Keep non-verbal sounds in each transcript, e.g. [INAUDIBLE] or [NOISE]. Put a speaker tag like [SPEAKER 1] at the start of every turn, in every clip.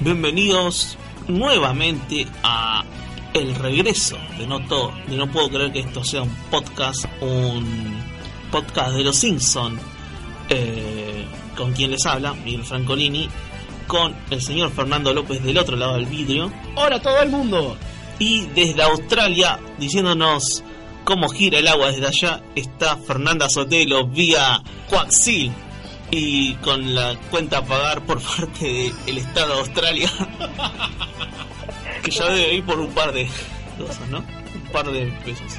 [SPEAKER 1] Bienvenidos nuevamente a el regreso de No Todo. De no puedo creer que esto sea un podcast, un podcast de los Simpson. eh, con quien les habla, Miguel Francolini, con el señor Fernando López del otro lado del vidrio
[SPEAKER 2] Hola todo el mundo.
[SPEAKER 1] y desde Australia diciéndonos cómo gira el agua desde allá está Fernanda Sotelo vía Coaxil y con la cuenta a pagar por [LAUGHS] parte del Estado de Australia [LAUGHS] que ya debe ir por un par de cosas, ¿no? Un par de pesos.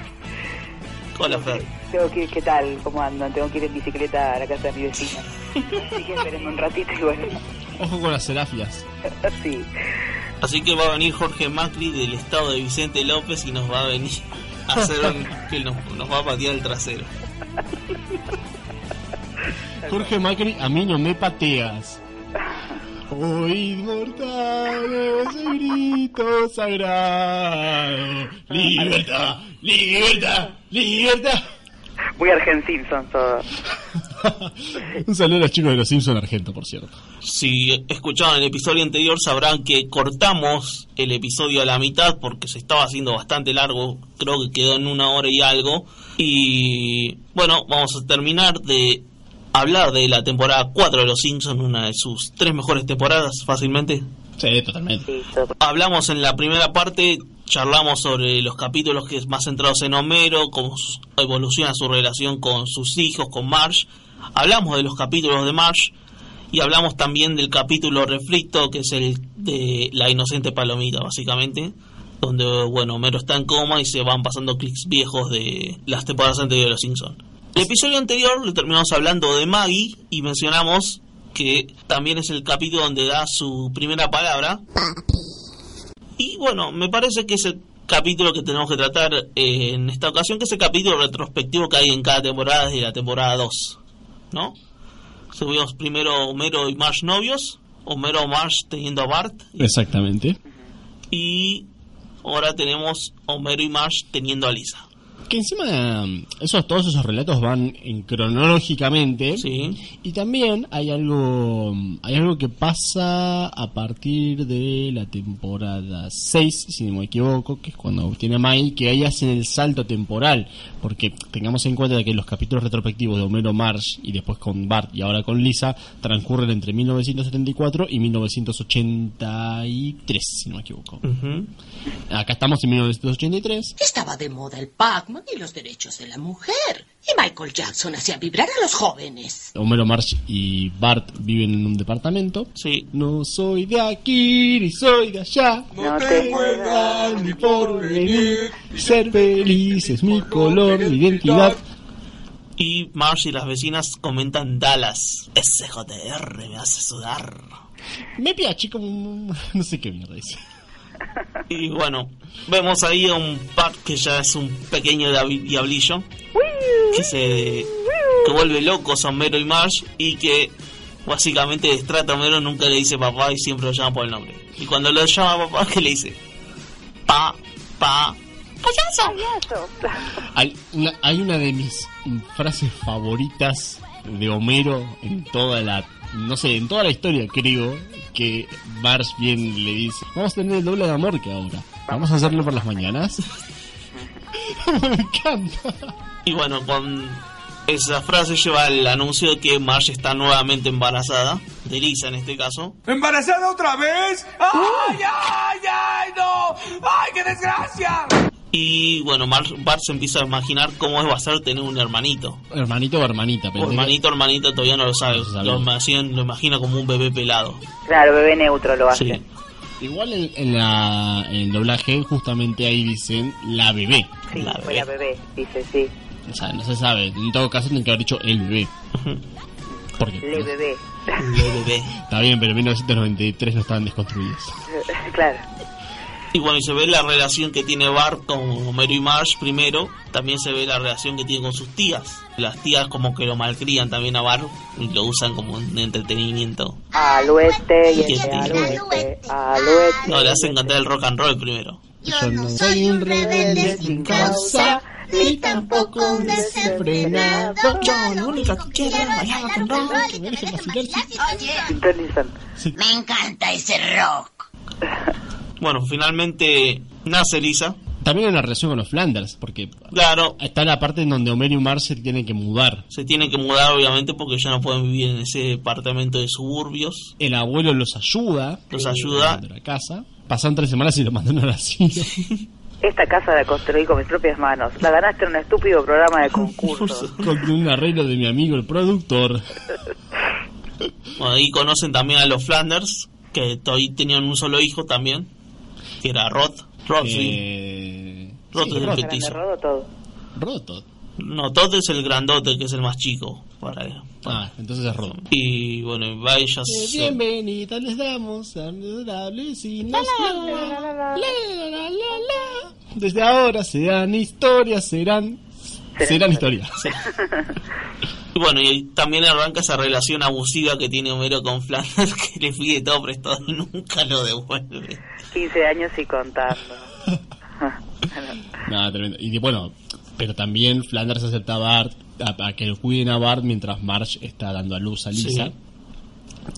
[SPEAKER 1] Hola Fer,
[SPEAKER 3] Tengo que ir, ¿qué tal? ¿Cómo andan? Tengo que ir en bicicleta a la casa de mi
[SPEAKER 1] [LAUGHS]
[SPEAKER 3] vecina. Así que espérenme un ratito y bueno. [LAUGHS]
[SPEAKER 2] Ojo con las serafias.
[SPEAKER 3] Sí.
[SPEAKER 1] así que va a venir Jorge Macri del Estado de Vicente López y nos va a venir a hacer un- que nos, nos va a patear el trasero.
[SPEAKER 2] Jorge Macri, a mí no me pateas. Oíd mortales el grito sagrado. Libertad, libertad, libertad. [LAUGHS]
[SPEAKER 3] Muy argentino son todos.
[SPEAKER 2] Un saludo a los chicos de los Simpson Argento, por cierto.
[SPEAKER 1] Si escucharon el episodio anterior sabrán que cortamos el episodio a la mitad porque se estaba haciendo bastante largo, creo que quedó en una hora y algo. Y bueno, vamos a terminar de hablar de la temporada 4 de Los Simpsons, una de sus tres mejores temporadas fácilmente.
[SPEAKER 2] Sí, totalmente.
[SPEAKER 3] Sí, todo.
[SPEAKER 1] Hablamos en la primera parte, charlamos sobre los capítulos que es más centrados en Homero, cómo s- evoluciona su relación con sus hijos, con Marge. Hablamos de los capítulos de Marge y hablamos también del capítulo refrito, que es el de la inocente palomita, básicamente. Donde, bueno, Homero está en coma y se van pasando clics viejos de las temporadas anteriores de Los Simpsons. El episodio anterior lo terminamos hablando de Maggie y mencionamos que también es el capítulo donde da su primera palabra, y bueno, me parece que es el capítulo que tenemos que tratar eh, en esta ocasión, que es el capítulo retrospectivo que hay en cada temporada desde la temporada 2, ¿no? Subimos primero Homero y Marsh novios, Homero Marsh teniendo a Bart,
[SPEAKER 2] Exactamente.
[SPEAKER 1] y ahora tenemos Homero y Marsh teniendo a Lisa.
[SPEAKER 2] Que encima mm, esos, todos esos relatos van en cronológicamente.
[SPEAKER 1] Sí,
[SPEAKER 2] Y también hay algo, hay algo que pasa a partir de la temporada 6, si no me equivoco, que es cuando obtiene a Mai, que ahí hacen el salto temporal, porque tengamos en cuenta que los capítulos retrospectivos de Homero Marsh y después con Bart y ahora con Lisa transcurren entre 1974 y 1983, si no me equivoco.
[SPEAKER 1] Ujú.
[SPEAKER 2] Acá estamos en 1983.
[SPEAKER 4] Estaba de moda el Pac-Man y los derechos de la mujer. Y Michael Jackson hacía vibrar a los jóvenes.
[SPEAKER 2] Homero Marsh y Bart viven en un departamento.
[SPEAKER 1] sí.
[SPEAKER 2] No soy de aquí ni soy de allá.
[SPEAKER 3] No te
[SPEAKER 2] muevan mi porvenir. Ser feliz es mi color, mi identidad.
[SPEAKER 1] Y Marsh y las vecinas comentan Dallas. Ese JR me hace sudar.
[SPEAKER 2] Me piachi como un- [LAUGHS] no sé qué mierda dice.
[SPEAKER 1] Y bueno, vemos ahí a un Bart que ya es un pequeño davi- diablillo. Que se que vuelve loco a Homero y Marsh y que básicamente destrata a Homero, nunca le dice papá y siempre lo llama por el nombre. Y cuando lo llama papá, ¿qué le dice? Pa, pa.
[SPEAKER 2] Hay una, hay una de mis frases favoritas de Homero en toda la no sé, en toda la historia creo que Marsh bien le dice, vamos a tener el doble de amor que ahora. Vamos a hacerlo por las mañanas. [LAUGHS] Me encanta.
[SPEAKER 1] Y bueno, con esa frase lleva el anuncio de que Marsh está nuevamente embarazada, de Lisa en este caso.
[SPEAKER 5] ¿Embarazada otra vez? ¡Ay, ay, ay, no! ¡Ay, qué desgracia!
[SPEAKER 1] Y bueno, Mar- Bart se empieza a imaginar cómo es va a ser tener un hermanito.
[SPEAKER 2] Hermanito o hermanita, pero
[SPEAKER 1] O hermanito, hermanito, todavía no lo sabe.
[SPEAKER 2] No se sabe.
[SPEAKER 1] Lo, imagino, lo imagino como un bebé pelado.
[SPEAKER 3] Claro, bebé neutro lo
[SPEAKER 1] Sí.
[SPEAKER 3] hacen.
[SPEAKER 2] Igual en, en la, en el doblaje justamente ahí dicen la bebé.
[SPEAKER 3] Sí,
[SPEAKER 1] La
[SPEAKER 3] fue la bebé, dice, sí.
[SPEAKER 2] O sea, no se sabe. En todo caso tienen que haber dicho el bebé. Porque
[SPEAKER 3] Le bebé. [LAUGHS]
[SPEAKER 1] Lo bebé.
[SPEAKER 2] está bien, pero en 1993 no estaban desconstruidos.
[SPEAKER 3] claro.
[SPEAKER 1] Y bueno, y se ve la relación que tiene Bart con Homero y Marsh primero. También se ve la relación que tiene con sus tías. Las tías como que lo malcrían también a Bart y lo usan como un entretenimiento.
[SPEAKER 3] Al oeste
[SPEAKER 1] Sí,
[SPEAKER 3] y
[SPEAKER 1] sí.
[SPEAKER 3] este al oeste. Al oeste.
[SPEAKER 1] No, le hacen cantar el rock and roll primero.
[SPEAKER 2] Yo no soy un rebelde sin causa, ni tampoco un desenfrenado.
[SPEAKER 6] Yo lo único que quiero es bailar rock and roll,
[SPEAKER 2] que me dejen vacilar, sí.
[SPEAKER 6] Oye,
[SPEAKER 3] Sintonizan.
[SPEAKER 6] me encanta ese rock.
[SPEAKER 1] Bueno, finalmente nace Lisa.
[SPEAKER 2] También hay una relación con los Flanders, porque
[SPEAKER 1] Claro,
[SPEAKER 2] está la parte en donde Homer y Marge se tienen que mudar.
[SPEAKER 1] se tienen que mudar obviamente porque ya no pueden vivir en ese departamento de suburbios.
[SPEAKER 2] El abuelo los ayuda.
[SPEAKER 1] Los ayuda.
[SPEAKER 2] De la casa. Pasan tres semanas y lo mandan a
[SPEAKER 1] [LAUGHS]
[SPEAKER 2] la silla.
[SPEAKER 3] Esta casa la construí con mis propias manos. La ganaste en un estúpido programa de
[SPEAKER 1] [LAUGHS]
[SPEAKER 3] concurso.
[SPEAKER 2] Con un arreglo de mi amigo el productor.
[SPEAKER 1] Bueno, ahí conocen también a los Flanders, que todavía tenían un solo hijo también, que era Rod. Rod, Ah, sí.
[SPEAKER 2] Eh,
[SPEAKER 1] Roto
[SPEAKER 2] sí,
[SPEAKER 1] es el
[SPEAKER 2] Rot-
[SPEAKER 1] petizo.
[SPEAKER 3] rodo todo.
[SPEAKER 2] Roto.
[SPEAKER 1] No, Todd es el grandote, que es el más chico. Para,
[SPEAKER 2] Ah, entonces es roto.
[SPEAKER 1] Y bueno, va ella.
[SPEAKER 2] Eh,
[SPEAKER 1] se-
[SPEAKER 2] Bienvenida, les damos honorables y nos la, la, la, la, la. Desde ahora serán historias, serán serán historias.
[SPEAKER 1] Y bueno, y también arranca esa relación abusiva que tiene Homero con Flanders, [LAUGHS] que le pide todo prestado y nunca lo devuelve.
[SPEAKER 3] 15 años
[SPEAKER 1] [LAUGHS]
[SPEAKER 3] y contando. [LAUGHS]
[SPEAKER 2] Nada, tremendo. Y bueno, pero también Flanders acepta a Bart a, a que lo cuiden a Bart mientras Marge está dando a luz a Lisa.
[SPEAKER 1] Sí.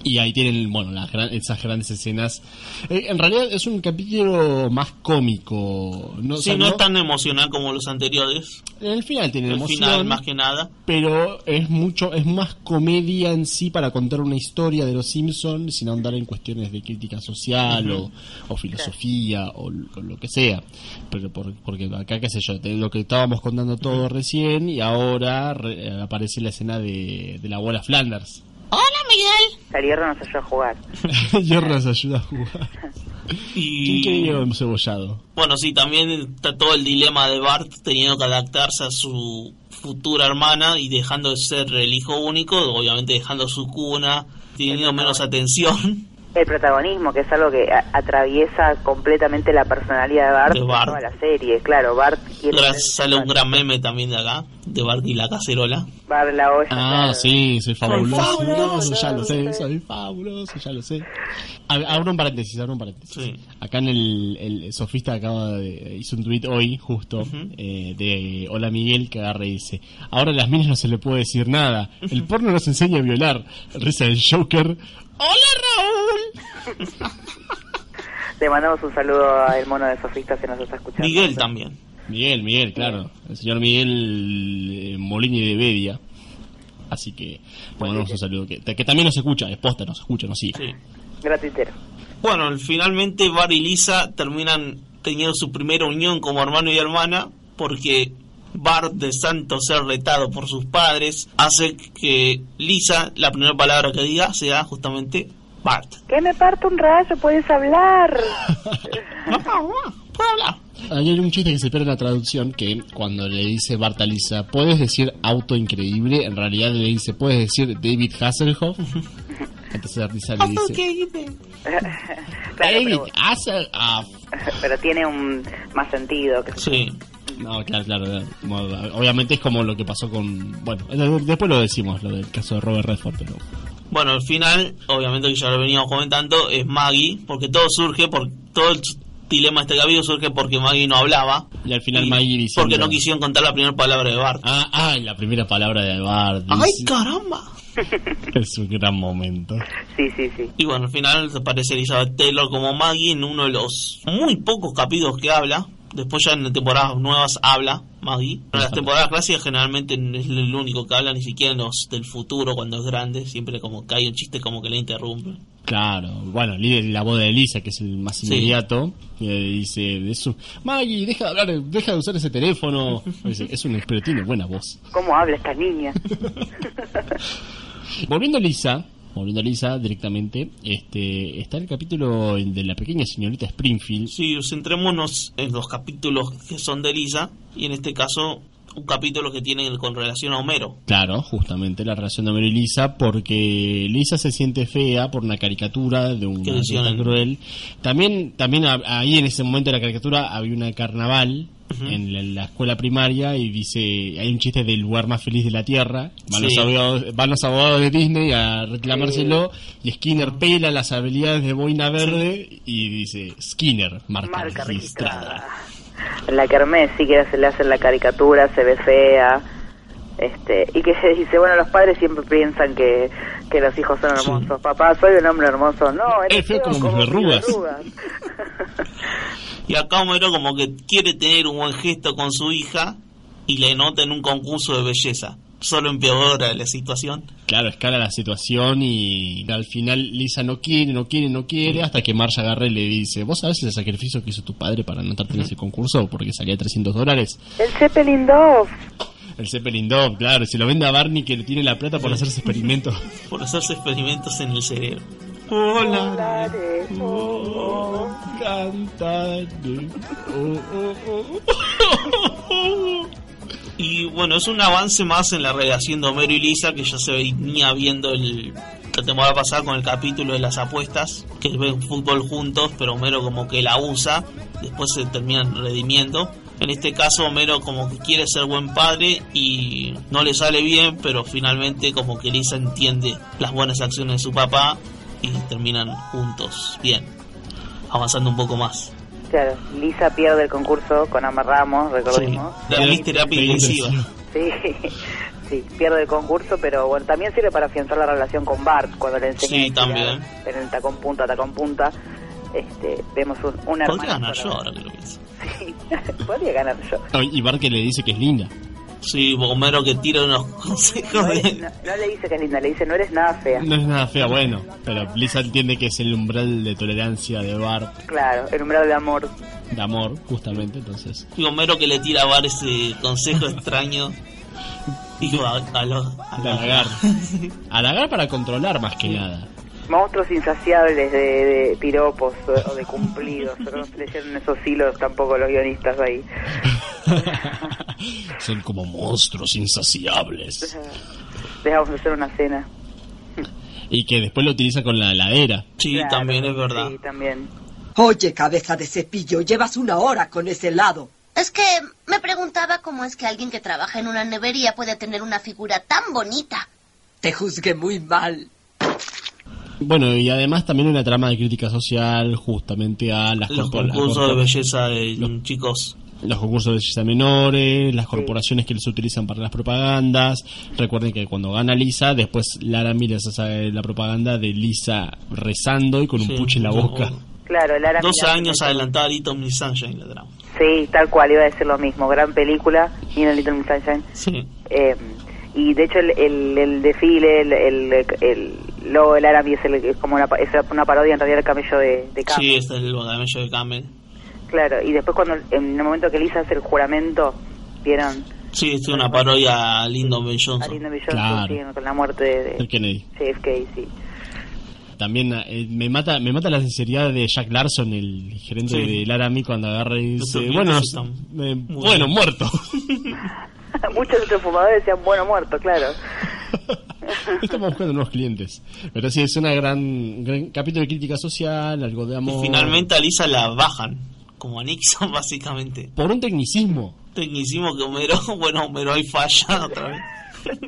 [SPEAKER 2] Y ahí tienen, bueno, las gran- esas grandes escenas. Eh, en realidad es un capítulo más cómico. No, O
[SPEAKER 1] Sí,
[SPEAKER 2] sea,
[SPEAKER 1] no
[SPEAKER 2] no-
[SPEAKER 1] es tan emocional como los anteriores.
[SPEAKER 2] En el final tienen
[SPEAKER 1] El
[SPEAKER 2] emoción.
[SPEAKER 1] final, más que nada.
[SPEAKER 2] pero es mucho es más comedia en sí para contar una historia de los Simpsons sin ahondar en cuestiones de crítica social o- o, filosofía o, l- o lo que sea pero por- porque acá qué sé yo de lo que estábamos contando todo recién y ahora re- eh, aparece la escena de, de la abuela Flanders [LAUGHS]
[SPEAKER 3] Calierro nos ayudó a jugar.
[SPEAKER 2] Jerry nos ayuda a jugar ¿quién
[SPEAKER 1] Y.
[SPEAKER 2] quería un cebollado?
[SPEAKER 1] Bueno, sí, también está todo el dilema de Bart teniendo que adaptarse a su futura hermana y dejando de ser el hijo único, obviamente dejando su cuna, teniendo menos atención
[SPEAKER 3] El protagonismo, que es algo que a- atraviesa completamente la personalidad de Bart,
[SPEAKER 1] De Bart.
[SPEAKER 3] toda la serie. Claro, Bart quiere
[SPEAKER 1] Gracias,
[SPEAKER 3] ser-
[SPEAKER 1] sale un gran meme también de acá, de Bart y la cacerola.
[SPEAKER 3] Bart la olla.
[SPEAKER 2] Ah,
[SPEAKER 3] claro.
[SPEAKER 2] sí, soy fabuloso,
[SPEAKER 3] fabuloso,
[SPEAKER 2] ya lo sé,
[SPEAKER 3] sí.
[SPEAKER 2] soy fabuloso, ya lo sé. A- Abro un paréntesis, abro un paréntesis.
[SPEAKER 1] Sí.
[SPEAKER 2] Acá en el, el sofista acaba de, hizo un tweet hoy, justo, eh, de Hola Miguel, que agarra y dice, ahora a las minas no se le puede decir nada, el porno nos enseña a violar, risa del Joker, ¡Hola
[SPEAKER 3] Le mandamos un saludo al mono de sofistas que nos está escuchando.
[SPEAKER 1] Miguel también.
[SPEAKER 2] Raúl! Miguel, Miguel, claro, el señor Miguel eh, Molini de Bedia. Así que le mandamos un saludo, que, que también nos escucha, es posta, nos escucha, nos sigue.
[SPEAKER 1] Sí.
[SPEAKER 3] Gratuitero.
[SPEAKER 1] Bueno, finalmente Bart y Lisa terminan teniendo su primera unión como hermano y hermana porque Bart de santo ser retado por sus padres hace que Lisa, la primera palabra que diga, sea justamente Bart.
[SPEAKER 3] Que me parto un rayo, puedes
[SPEAKER 1] [LAUGHS]
[SPEAKER 3] hablar.
[SPEAKER 1] ¿Puedo hablar?
[SPEAKER 2] Ahí Ah, hay un chiste que se pierde en la traducción que cuando le dice Bart a Lisa, ¿puedes decir auto increíble? En realidad le dice, ¿puedes decir David Hasselhoff? Entonces Lisa le dice,
[SPEAKER 3] Claro,
[SPEAKER 2] David
[SPEAKER 3] pero,
[SPEAKER 2] Hasselhoff.
[SPEAKER 3] pero tiene un más sentido. Que
[SPEAKER 1] Sí.
[SPEAKER 2] No, claro, claro. claro. Bueno, Obviamente es como lo que pasó con... Bueno, eh, después lo decimos, lo del caso de Robert Redford, pero...
[SPEAKER 1] Bueno, al final, obviamente que ya lo veníamos comentando, es Maggie, porque todo surge, por, todo el dilema este que ha habido surge porque Maggie no hablaba.
[SPEAKER 2] Y al final Maggie dice...
[SPEAKER 1] Porque no quisieron contar la primera palabra de Bart.
[SPEAKER 2] Ah, ah, la primera palabra de Bart.
[SPEAKER 1] ¡Ay,
[SPEAKER 2] dice-
[SPEAKER 1] caramba!
[SPEAKER 2] es un gran momento.
[SPEAKER 3] Sí, sí, sí.
[SPEAKER 1] Y bueno, al final aparece Elizabeth Taylor como Maggie en uno de los muy pocos capítulos que habla. Después ya en temporadas nuevas habla Maggie. Pero en las temporadas clásicas generalmente es el único que habla, ni siquiera en los del futuro cuando es grande. Siempre como que hay un chiste como que le interrumpe.
[SPEAKER 2] Claro, bueno, líder la boda de Lisa, que es el más
[SPEAKER 1] Sí.
[SPEAKER 2] inmediato, que dice, es un- Maggie, deja de hablar, deja de usar ese teléfono. Dice, es un pero tiene buena voz.
[SPEAKER 3] ¿Cómo habla
[SPEAKER 1] [LAUGHS]
[SPEAKER 3] esta niña?
[SPEAKER 2] Volviendo a Lisa, volviendo a Lisa directamente, este, está el capítulo de la pequeña señorita Springfield.
[SPEAKER 1] Sí, centrémonos en los capítulos que son de Lisa. Y en este caso, un capítulo que tiene con relación a Homero.
[SPEAKER 2] Claro, justamente la relación de Homero y Lisa, porque Lisa se siente fea por una caricatura de un
[SPEAKER 1] Que le hicieron.
[SPEAKER 2] cruel. También, también a- ahí en ese momento de la caricatura había una carnaval en la, en la escuela primaria y dice, hay un chiste del lugar más feliz de la tierra. Van,
[SPEAKER 1] Sí.
[SPEAKER 2] los, abogados, van los abogados de Disney a reclamárselo
[SPEAKER 1] Eh.
[SPEAKER 2] y Skinner pela las habilidades de Boina Verde y dice, Skinner, marca,
[SPEAKER 3] Marca
[SPEAKER 2] registrada.
[SPEAKER 3] registrada. La Kermés sí que se le hacen la [LAUGHS] caricatura, se ve fea. Este, y que dice, bueno, los padres siempre piensan que que los hijos son hermosos. Papá, soy un hombre hermoso. No, eres
[SPEAKER 2] Es feo como mis verrugas.
[SPEAKER 1] Y acá Homero como que quiere tener un buen gesto con su hija y le nota en un concurso de belleza. Solo empeora la situación.
[SPEAKER 2] Claro, escala la situación y al final Lisa no quiere, no quiere, no quiere, hasta que Marge agarra y le dice, ¿vos sabés el sacrificio que hizo tu padre para anotarte en ese concurso? Porque salía 300 dólares.
[SPEAKER 3] El Zeppelin 2.
[SPEAKER 2] El Zeppelin Dog, claro, se lo vende a Barney que le tiene la plata por hacerse experimentos.
[SPEAKER 1] por hacerse experimentos en el cerebro. Hola.
[SPEAKER 3] Dale.
[SPEAKER 2] Oh, cantaré. Oh, oh, oh.
[SPEAKER 1] Y bueno, es un avance más en la relación de Homero y Lisa que ya se venía viendo el, la temporada pasada con el capítulo de las apuestas, que ven fútbol juntos, pero Homero como que la usa, después se terminan redimiendo. En este caso Homero como que quiere ser buen padre y no le sale bien, pero finalmente como que Lisa entiende las buenas acciones de su papá y terminan juntos, bien, avanzando un poco más.
[SPEAKER 3] Claro, Lisa pierde el concurso con Ama Ramos, recordemos.
[SPEAKER 1] La Miss terapia intensiva.
[SPEAKER 3] Sí. [LAUGHS] Sí, pierde el concurso, pero bueno, también sirve para afianzar la relación con Bart cuando le enseña
[SPEAKER 1] Sí,
[SPEAKER 3] a tirar
[SPEAKER 1] también.
[SPEAKER 3] en el tacón punta, tacón punta. Este, vemos un, una
[SPEAKER 1] Podría ganar yo
[SPEAKER 3] sola.
[SPEAKER 1] ahora que lo pienso.
[SPEAKER 3] Sí, [LAUGHS] podría ganar yo.
[SPEAKER 2] Oh, Y Bart que le dice que es linda.
[SPEAKER 1] Sí, Homero que tira unos [LAUGHS] consejos
[SPEAKER 3] No, eres-
[SPEAKER 1] de...
[SPEAKER 3] no- no le dice que es linda, le dice no eres nada fea.
[SPEAKER 2] No es nada fea, bueno, pero Lisa entiende que es el umbral de tolerancia de Bart,
[SPEAKER 3] Claro, el umbral del amor.
[SPEAKER 2] de amor, justamente, entonces.
[SPEAKER 1] Y Homero que le tira a Bar ese consejo extraño. Digo, a, a los... A [LAUGHS]
[SPEAKER 2] De halagar. Halagar para controlar más que nada. [LAUGHS]
[SPEAKER 3] Monstruos insaciables de, de piropos o de cumplidos. No se leyeron esos hilos tampoco los guionistas ahí.
[SPEAKER 2] Son como monstruos insaciables.
[SPEAKER 3] Dejamos hacer una cena.
[SPEAKER 2] Y que después lo utiliza con la heladera.
[SPEAKER 1] Sí,
[SPEAKER 3] Claro,
[SPEAKER 1] también es verdad.
[SPEAKER 3] Sí, también.
[SPEAKER 7] Oye, cabeza de cepillo, llevas una hora con ese helado.
[SPEAKER 8] Es que me preguntaba cómo es que alguien que trabaja en una nevería puede tener una figura tan bonita.
[SPEAKER 7] Te juzgué muy mal.
[SPEAKER 2] Bueno, y además también una trama de crítica social justamente a las
[SPEAKER 1] Los
[SPEAKER 2] corpo- las
[SPEAKER 1] concursos de
[SPEAKER 2] corpo-
[SPEAKER 1] belleza de
[SPEAKER 2] Los-
[SPEAKER 1] chicos.
[SPEAKER 2] los concursos de belleza menores, las corporaciones que les utilizan para las propagandas. Recuerden que cuando gana Lisa, después Lara mira esa la propaganda de Lisa rezando y con un
[SPEAKER 1] Sí,
[SPEAKER 2] puche en la
[SPEAKER 1] yo-
[SPEAKER 2] boca.
[SPEAKER 3] Claro, Lara.
[SPEAKER 1] Dos
[SPEAKER 3] Miranda.
[SPEAKER 1] años adelantada a Little Miss Sunshine, la trama.
[SPEAKER 3] Sí, tal cual, iba a decir lo mismo. Gran película, Nina Little Miss Sunshine.
[SPEAKER 1] Sí.
[SPEAKER 3] Eh, y de hecho el, el, el desfile, el, el, el logo del Laramie es, el- es como una, pa- es una parodia en realidad del camello de, de Camp.
[SPEAKER 1] Sí, es el bagamello de Camel.
[SPEAKER 3] Claro, y después cuando en el momento que Lisa hace el juramento, vieron
[SPEAKER 1] Sí, es una parodia a Lyndon B.
[SPEAKER 3] a
[SPEAKER 1] Johnson.
[SPEAKER 3] Lyndon B. Johnson,
[SPEAKER 2] Claro.
[SPEAKER 3] sí, con la muerte de,
[SPEAKER 2] El
[SPEAKER 3] de
[SPEAKER 2] Kennedy.
[SPEAKER 3] JFK, sí. [LAUGHS]
[SPEAKER 2] También eh, me mata me mata la sinceridad de Jack Larson, el gerente
[SPEAKER 1] Sí.
[SPEAKER 2] de Laramie, cuando agarra y
[SPEAKER 1] Los
[SPEAKER 2] dice,
[SPEAKER 1] clientes
[SPEAKER 2] bueno,
[SPEAKER 1] están
[SPEAKER 2] eh,
[SPEAKER 1] muy-
[SPEAKER 2] bueno, muerto. [LAUGHS]
[SPEAKER 3] Muchos otros fumadores decían bueno muerto,
[SPEAKER 2] [LAUGHS]
[SPEAKER 3] claro.
[SPEAKER 2] Estamos buscando nuevos clientes. Pero sí, es una gran, un gran capítulo de crítica social, algo de
[SPEAKER 1] Y
[SPEAKER 2] amor.
[SPEAKER 1] finalmente a Lisa la bajan. Como a Nixon, [LAUGHS] básicamente.
[SPEAKER 2] Por un tecnicismo. [LAUGHS]
[SPEAKER 1] Tecnicismo que Homero... [LAUGHS] Bueno, Homero ahí falla otra vez.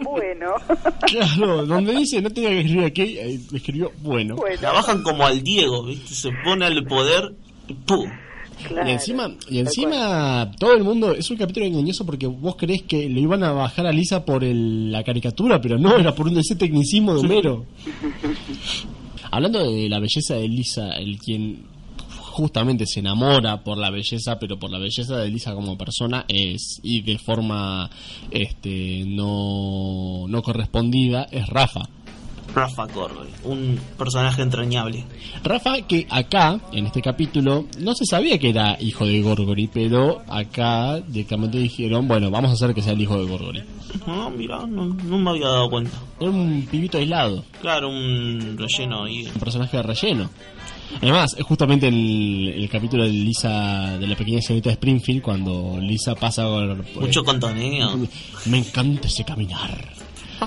[SPEAKER 3] bueno, [LAUGHS]
[SPEAKER 2] Claro, donde dice, no tenía que escribir aquí, eh, escribió, bueno.
[SPEAKER 3] bueno,
[SPEAKER 1] Trabajan como al Diego, ¿viste? Se pone al poder y ¡pum!
[SPEAKER 3] claro.
[SPEAKER 2] Y encima, y
[SPEAKER 3] Tal
[SPEAKER 2] encima todo el mundo, es un capítulo engañoso porque vos creés que le iban a bajar a Lisa por el- la caricatura, pero no, era por un ese tecnicismo de
[SPEAKER 3] [LAUGHS]
[SPEAKER 2] Homero. Hablando de la belleza de Lisa, el quien justamente se enamora por la belleza, pero por la belleza de Lisa como persona es y de forma este no no correspondida es Rafa.
[SPEAKER 1] Rafa Corre, un personaje entrañable.
[SPEAKER 2] Rafa, que acá, en este capítulo, no se sabía que era hijo de Gorgori, pero acá directamente dijeron, bueno, vamos a hacer que sea el hijo de Gorgori.
[SPEAKER 1] No, mira, no, no me había dado cuenta.
[SPEAKER 2] Era un pibito aislado,
[SPEAKER 1] Claro, un relleno ahí.
[SPEAKER 2] un personaje de relleno. Además, es justamente el, el capítulo de Lisa, de la pequeña señorita de Springfield, cuando Lisa pasa por... por-
[SPEAKER 1] Mucho contoneo.
[SPEAKER 2] Me encanta ese caminar.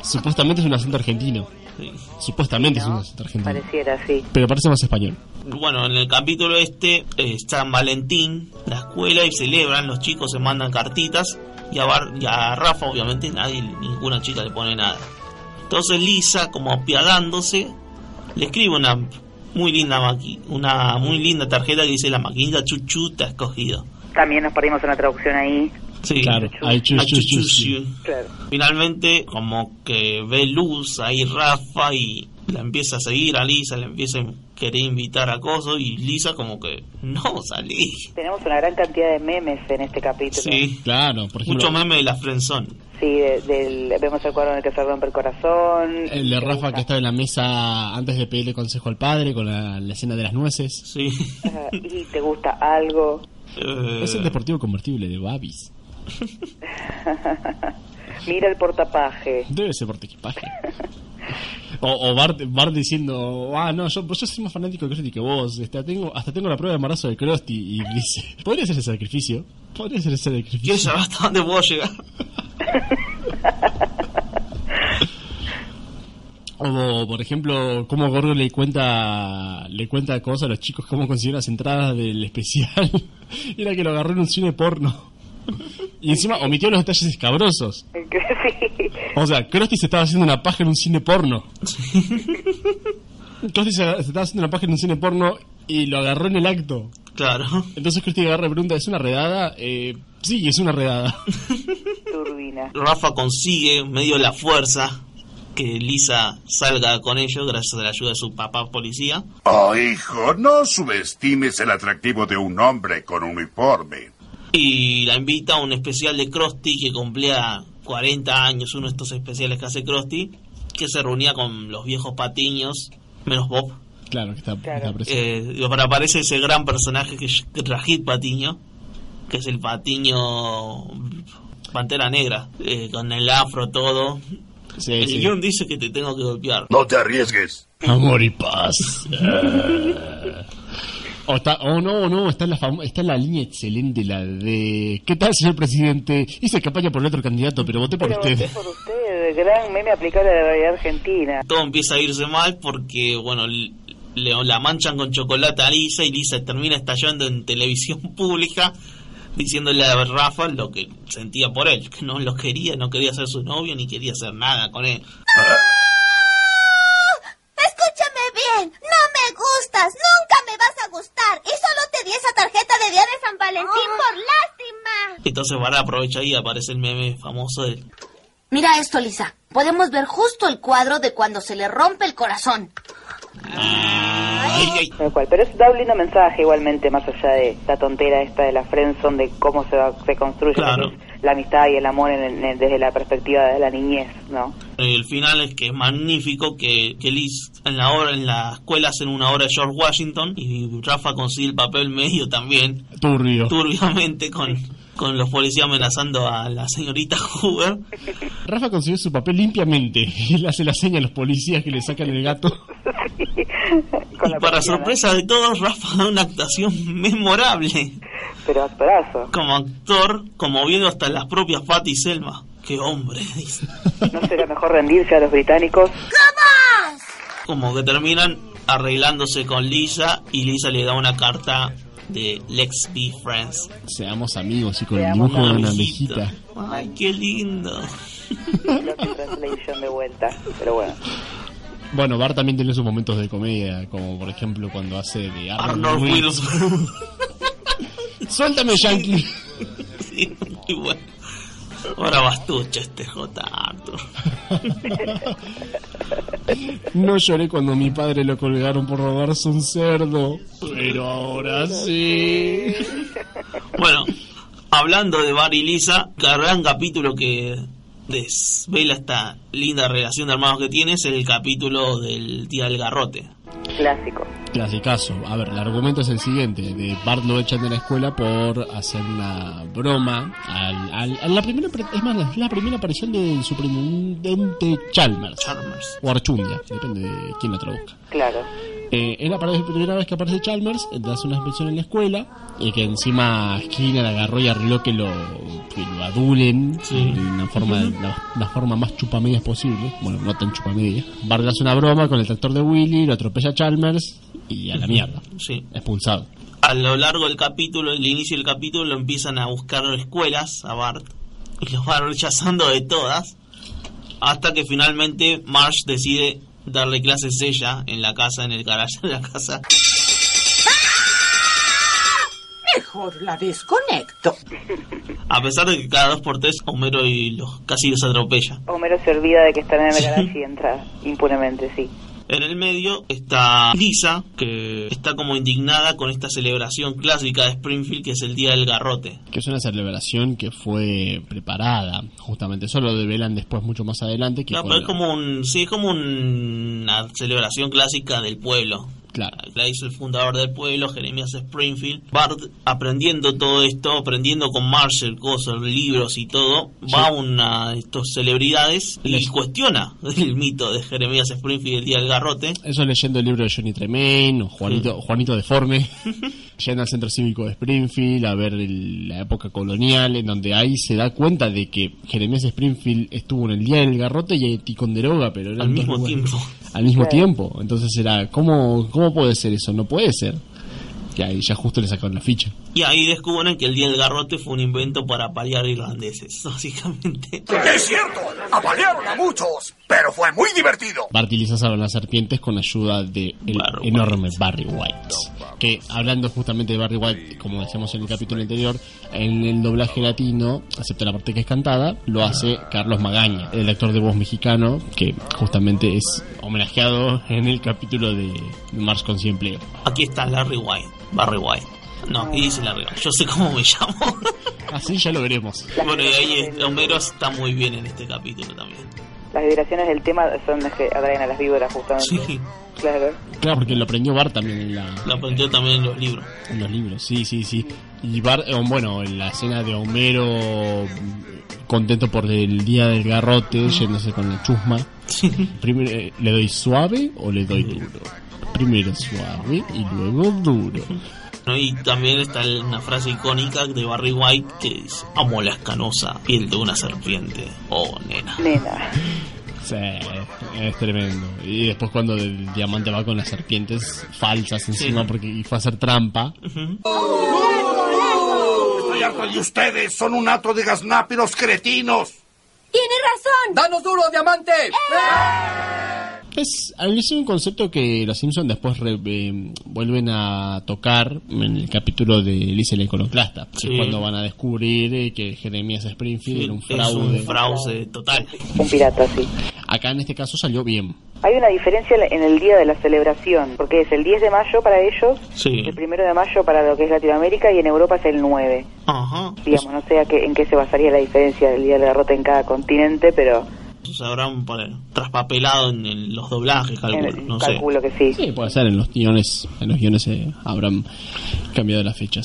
[SPEAKER 2] Supuestamente es un acento argentino.
[SPEAKER 1] sí.
[SPEAKER 2] Supuestamente es un
[SPEAKER 3] ¿no?
[SPEAKER 2] acento argentino.
[SPEAKER 3] Pareciera, sí.
[SPEAKER 2] Pero parece más español.
[SPEAKER 1] Bueno, en el capítulo este eh, San Valentín, la escuela y celebran, los chicos se mandan cartitas y a, Bar- y a Rafa obviamente nadie, ninguna chica le pone nada. Entonces Lisa, como apiadándose, le escribe una muy linda maqui- una muy linda tarjeta que dice la maquinita chuchu te ha escogido.
[SPEAKER 3] También nos perdimos una traducción ahí.
[SPEAKER 1] Sí.
[SPEAKER 2] Claro, ahí chus, chus, chus, sí.
[SPEAKER 3] Claro.
[SPEAKER 1] Finalmente, como que ve luz ahí Rafa y la empieza a seguir a Lisa, le empieza a querer invitar a Coso y Lisa como que no salí.
[SPEAKER 3] Tenemos una gran cantidad de memes en este capítulo.
[SPEAKER 1] Sí,
[SPEAKER 2] Claro, por ejemplo,
[SPEAKER 1] mucho meme de la frenzón.
[SPEAKER 3] Sí, de- del- vemos el cuadro en el que se rompe el corazón.
[SPEAKER 2] el de Rafa que estaba en la mesa antes de pedirle consejo al padre con la, la escena de las nueces.
[SPEAKER 1] Sí.
[SPEAKER 3] Ajá, [LAUGHS] Y te gusta algo.
[SPEAKER 1] Eh,
[SPEAKER 2] Es el deportivo convertible de Babis.
[SPEAKER 3] Mira el portapaje. [LAUGHS]
[SPEAKER 2] Debe ser por tu equipaje. O, o Bart, Bart diciendo, ah, no, yo, yo soy más fanático de Krusty que vos. Este, tengo, hasta tengo la prueba de embarazo de Krusty. Y dice, ¿podría ser el sacrificio? ¿Podría ser el
[SPEAKER 1] Yo
[SPEAKER 2] sacrificio?
[SPEAKER 1] ya hasta dónde puedo llegar.
[SPEAKER 2] O, por ejemplo, cómo Gordo le cuenta le cuenta cosas a los chicos, cómo consiguió las entradas del especial. [LAUGHS] Era que lo agarró en un cine porno. [LAUGHS] Y encima omitió los detalles escabrosos.
[SPEAKER 3] Sí.
[SPEAKER 2] O sea, Krusty se estaba haciendo una paja en un cine
[SPEAKER 3] [LAUGHS]
[SPEAKER 2] porno. Krusty se, se estaba haciendo una paja en un cine porno y lo agarró en el acto.
[SPEAKER 1] Claro.
[SPEAKER 2] Entonces Krusty agarra y pregunta, ¿es una redada? Eh, sí, es una redada. [LAUGHS]
[SPEAKER 3] Turbina.
[SPEAKER 1] Rafa consigue medio la fuerza que Lisa salga con ellos gracias a la ayuda de su papá policía.
[SPEAKER 9] Oh, hijo, no subestimes el atractivo de un hombre con uniforme.
[SPEAKER 1] Y la invita a un especial de Krusty que cumplía 40 años, uno de estos especiales que hace Krusty, que se reunía con los viejos patiños, menos Bob.
[SPEAKER 2] claro, que está,
[SPEAKER 3] Claro.
[SPEAKER 2] está preso.
[SPEAKER 1] Eh, digo, pero aparece ese gran personaje que es Rajit Patiño, que es el patiño Pantera Negra, eh, con el afro todo.
[SPEAKER 2] Sí,
[SPEAKER 1] El
[SPEAKER 2] sí.
[SPEAKER 1] guión dice que te tengo que golpear.
[SPEAKER 9] No te arriesgues.
[SPEAKER 2] Amor y paz. Eh. O, está, o no, o no, está la, fam- está la línea excelente, la de... ¿Qué tal, señor presidente? Hice campaña por el otro candidato, pero voté por
[SPEAKER 3] Pero
[SPEAKER 2] usted.
[SPEAKER 3] voté por usted, gran meme aplicable a la realidad argentina.
[SPEAKER 1] todo empieza a irse mal porque, bueno, l- le, la manchan con chocolate a Lisa y Lisa termina estallando en televisión [LAUGHS] pública diciéndole a Rafa lo que sentía por él, que no lo quería, no quería ser su novio ni quería hacer nada con él.
[SPEAKER 8] Escúchame bien, no me gustas, nunca me vas a gustar y solo te di esa tarjeta de día de San Valentín por lástima.
[SPEAKER 1] Entonces Bará aprovecha y aparece el meme famoso de
[SPEAKER 8] Mira esto, Lisa. Podemos ver justo el cuadro de cuando se le rompe el corazón.
[SPEAKER 1] "Ay, ay".
[SPEAKER 3] Tal cual. Pero eso da un lindo mensaje igualmente, más allá de la tontera esta de la friendzone, de cómo se, va- se construye
[SPEAKER 1] Claro.
[SPEAKER 3] la amistad y el amor en- en- desde la perspectiva de la niñez, ¿no?
[SPEAKER 1] El final es que es magnífico que, que Liz en la hora en la escuela hacen una hora de George Washington y Rafa consigue el papel medio también [LAUGHS]
[SPEAKER 2] Turbio.
[SPEAKER 1] turbiamente con, con los policías amenazando a la señorita Hoover.
[SPEAKER 2] Rafa consiguió su papel limpiamente. [LAUGHS] Y le hace la seña a los policías que le sacan el gato.
[SPEAKER 3] Con
[SPEAKER 1] Y
[SPEAKER 3] la
[SPEAKER 1] para
[SPEAKER 3] persiana.
[SPEAKER 1] sorpresa de todos, Rafa da una actuación memorable
[SPEAKER 3] Pero actorazo.
[SPEAKER 1] como actor, conmoviendo hasta las propias Patty y Selma. ¡Qué hombre! dice.
[SPEAKER 3] ¿No será mejor rendirse a los británicos?
[SPEAKER 1] Como que terminan arreglándose con Lisa y Lisa le da una carta de Let's Be Friends.
[SPEAKER 2] Seamos amigos y con el
[SPEAKER 3] Seamos
[SPEAKER 2] dibujo de una
[SPEAKER 1] Abejita.
[SPEAKER 2] abejita.
[SPEAKER 1] ¡Ay, qué lindo!
[SPEAKER 3] Lost in Translation de vuelta. Pero bueno.
[SPEAKER 2] Bueno, Bart también tiene sus momentos de comedia, como por ejemplo cuando hace de Arnold,
[SPEAKER 1] Arnold
[SPEAKER 2] Wilson.
[SPEAKER 1] Wilson. [LAUGHS]
[SPEAKER 2] ¡Suéltame, Yankee!
[SPEAKER 1] Sí, y bueno. Ahora bastucha este J. Arthur.
[SPEAKER 2] No lloré cuando mi padre lo colgaron por robarse un cerdo. Pero ahora sí.
[SPEAKER 1] Bueno, hablando de Bar y Lisa, el gran capítulo que desvela esta linda relación de hermanos que tiene es el capítulo del Día del Garrote.
[SPEAKER 3] Clásico.
[SPEAKER 2] Clasicazo. A ver, el argumento es el siguiente. De Bart lo echan de la escuela por hacer una broma. Al, al- a la primera, apar- es más, la, la primera aparición del superintendente Chalmers.
[SPEAKER 1] Chalmers.
[SPEAKER 2] O Archundia, depende de quién la traduzca.
[SPEAKER 3] Claro.
[SPEAKER 2] Eh, es la pare- primera vez que aparece Chalmers, le hace una inspección en la escuela, y que encima Skinner agarró y arregló que lo, que lo adulen de una forma, la, la forma más chupamedias posible. Bueno, no tan chupamedias. Bart le hace una broma con el tractor de Willy, lo atropella a Chalmers y a la mierda.
[SPEAKER 1] Sí.
[SPEAKER 2] Expulsado.
[SPEAKER 1] A lo largo del capítulo, el inicio del capítulo, lo empiezan a buscar escuelas a Bart y los va rechazando de todas hasta que finalmente Marsh decide darle clases ella en la casa, en el garaje de la casa.
[SPEAKER 4] ¡Mi hijo Mejor la desconecto.
[SPEAKER 1] A pesar de que cada dos por tres Homero y los casi los atropella.
[SPEAKER 3] Homero se olvida de que están en el
[SPEAKER 1] Sí.
[SPEAKER 3] garage y entra impunemente, sí.
[SPEAKER 1] En el medio está Lisa, que está como indignada con esta celebración clásica de Springfield, que es el Día del Garrote.
[SPEAKER 2] que es una celebración que fue preparada, justamente. Eso lo develan después, mucho más adelante. Que
[SPEAKER 1] Claro,
[SPEAKER 2] con
[SPEAKER 1] pero es
[SPEAKER 2] la-
[SPEAKER 1] como un, sí, es como un- una celebración clásica del pueblo.
[SPEAKER 2] Claro.
[SPEAKER 1] La hizo el fundador del pueblo, Jeremías Springfield. Bart, aprendiendo todo esto, aprendiendo con Marshall, cosas, libros y todo, va a una de estas celebridades y
[SPEAKER 2] Les-
[SPEAKER 1] cuestiona el mito de Jeremías Springfield el día del garrote.
[SPEAKER 2] Eso leyendo el libro de Johnny Tremaine, o
[SPEAKER 1] Mm.
[SPEAKER 2] Juanito,
[SPEAKER 1] [LAUGHS]
[SPEAKER 2] Juanito Deforme, yendo al Centro Cívico de Springfield a ver el- la época colonial, en donde ahí se da cuenta de que Jeremías Springfield estuvo en el Día del Garrote y en Ticonderoga, pero eran
[SPEAKER 1] Al
[SPEAKER 2] dos
[SPEAKER 1] mismo
[SPEAKER 2] lugares-
[SPEAKER 1] tiempo.
[SPEAKER 2] Al mismo
[SPEAKER 3] Sí.
[SPEAKER 2] tiempo. Entonces era, ¿cómo, ¿cómo puede ser eso? No puede ser. Y ahí ya justo le sacaron la ficha.
[SPEAKER 1] Y ahí descubren que el día del garrote fue un invento para paliar irlandeses, [LAUGHS] básicamente.
[SPEAKER 5] Es cierto, apalearon a muchos, pero fue muy divertido.
[SPEAKER 2] Bart y Lisa salvan las serpientes con ayuda de el
[SPEAKER 1] Barry
[SPEAKER 2] enorme Barry White. Que hablando justamente de Barry White, como decíamos en el capítulo anterior, en el doblaje latino, excepto la parte que es cantada, lo hace Carlos Magaña, el actor de voz mexicano, que justamente es homenajeado en el capítulo de Mars con 100 empleo.
[SPEAKER 1] Aquí está Larry White. Barry White. No, y dice Larry White. Yo sé cómo me [LAUGHS] llamo.
[SPEAKER 2] Así ya lo veremos.
[SPEAKER 1] bueno, y ahí es- Homero está muy bien en este capítulo también.
[SPEAKER 3] Las vibraciones del tema son las que atraen a las víboras, justamente.
[SPEAKER 1] Sí,
[SPEAKER 3] Claro.
[SPEAKER 2] Claro, porque lo aprendió Bart también en, la-
[SPEAKER 1] lo aprendió también en los libros.
[SPEAKER 2] en los libros, sí, sí, sí. Y Bart, eh, bueno, en la escena de Homero mm, contento por el día del garrote, yéndose con la chusma. Primero, eh, ¿le doy suave o le doy duro? Primero suave y luego duro.
[SPEAKER 1] ¿no? Y también está el- una frase icónica de Barry White que dice: Amo la escanosa piel de una serpiente. Oh, nena.
[SPEAKER 3] Nena.
[SPEAKER 2] Sí, es tremendo. Y después cuando el diamante va con las serpientes falsas encima porque fue a hacer trampa.
[SPEAKER 9] Estoy harto de ustedes, son un hato de gaznápiros cretinos.
[SPEAKER 8] Tiene razón.
[SPEAKER 7] ¡Danos duro, diamante!
[SPEAKER 2] Es, es un concepto que los Simpsons después re- eh, vuelven a tocar en el capítulo de Elise el Iconoclasta. que
[SPEAKER 1] Sí.
[SPEAKER 2] Es cuando van a descubrir eh, que Jeremías Springfield
[SPEAKER 1] Es
[SPEAKER 2] era un
[SPEAKER 1] un
[SPEAKER 2] fraude.
[SPEAKER 1] fraude total.
[SPEAKER 3] Un pirata, sí.
[SPEAKER 2] Acá en este caso salió bien.
[SPEAKER 3] Hay una diferencia en el día de la celebración, porque es el 10 de mayo para ellos,
[SPEAKER 1] Sí.
[SPEAKER 3] el primero de mayo para lo que es Latinoamérica y en Europa es el 9.
[SPEAKER 1] Ajá.
[SPEAKER 3] Digamos, no sé a qué- en qué se basaría la diferencia del día de la derrota en cada continente, pero
[SPEAKER 1] Se habrán para- traspapelado en el- los doblajes,
[SPEAKER 3] en-
[SPEAKER 1] calculo. No sé.
[SPEAKER 3] calculo que sí.
[SPEAKER 2] Sí, puede ser, en los guiones, en los guiones eh, habrán cambiado las fechas.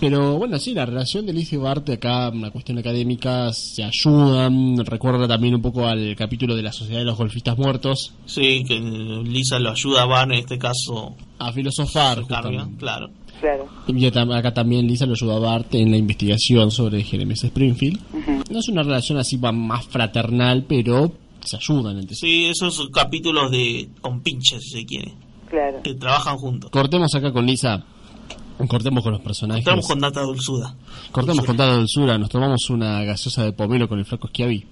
[SPEAKER 2] Pero bueno, sí, la relación de Liz y Bart acá, una cuestión académica, se ayudan, recuerda también un poco al capítulo de la Sociedad de los Golfistas Muertos,
[SPEAKER 1] Sí, que Lisa lo ayuda a Van en este caso.
[SPEAKER 2] a filosofar.
[SPEAKER 1] Carga,
[SPEAKER 2] justamente.
[SPEAKER 1] claro.
[SPEAKER 3] Claro.
[SPEAKER 2] Y tam- acá también Lisa lo ayudó a Bart en la investigación sobre Jeremías Springfield. No es una relación así va- más fraternal, pero se ayudan entre sí.
[SPEAKER 1] Sí, esos capítulos de compinches, si se quiere,
[SPEAKER 3] Claro.
[SPEAKER 1] que trabajan juntos.
[SPEAKER 2] Cortemos acá con Lisa. Cortemos con los personajes.
[SPEAKER 1] Entramos con data dulzuda.
[SPEAKER 2] Cortamos con tanta dulzura, nos tomamos una gaseosa de pomelo con el flaco Schiavi.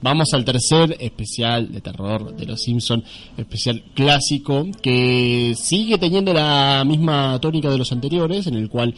[SPEAKER 2] Vamos al tercer especial de terror de los Simpson, especial clásico que sigue teniendo la misma tónica de los anteriores, en el cual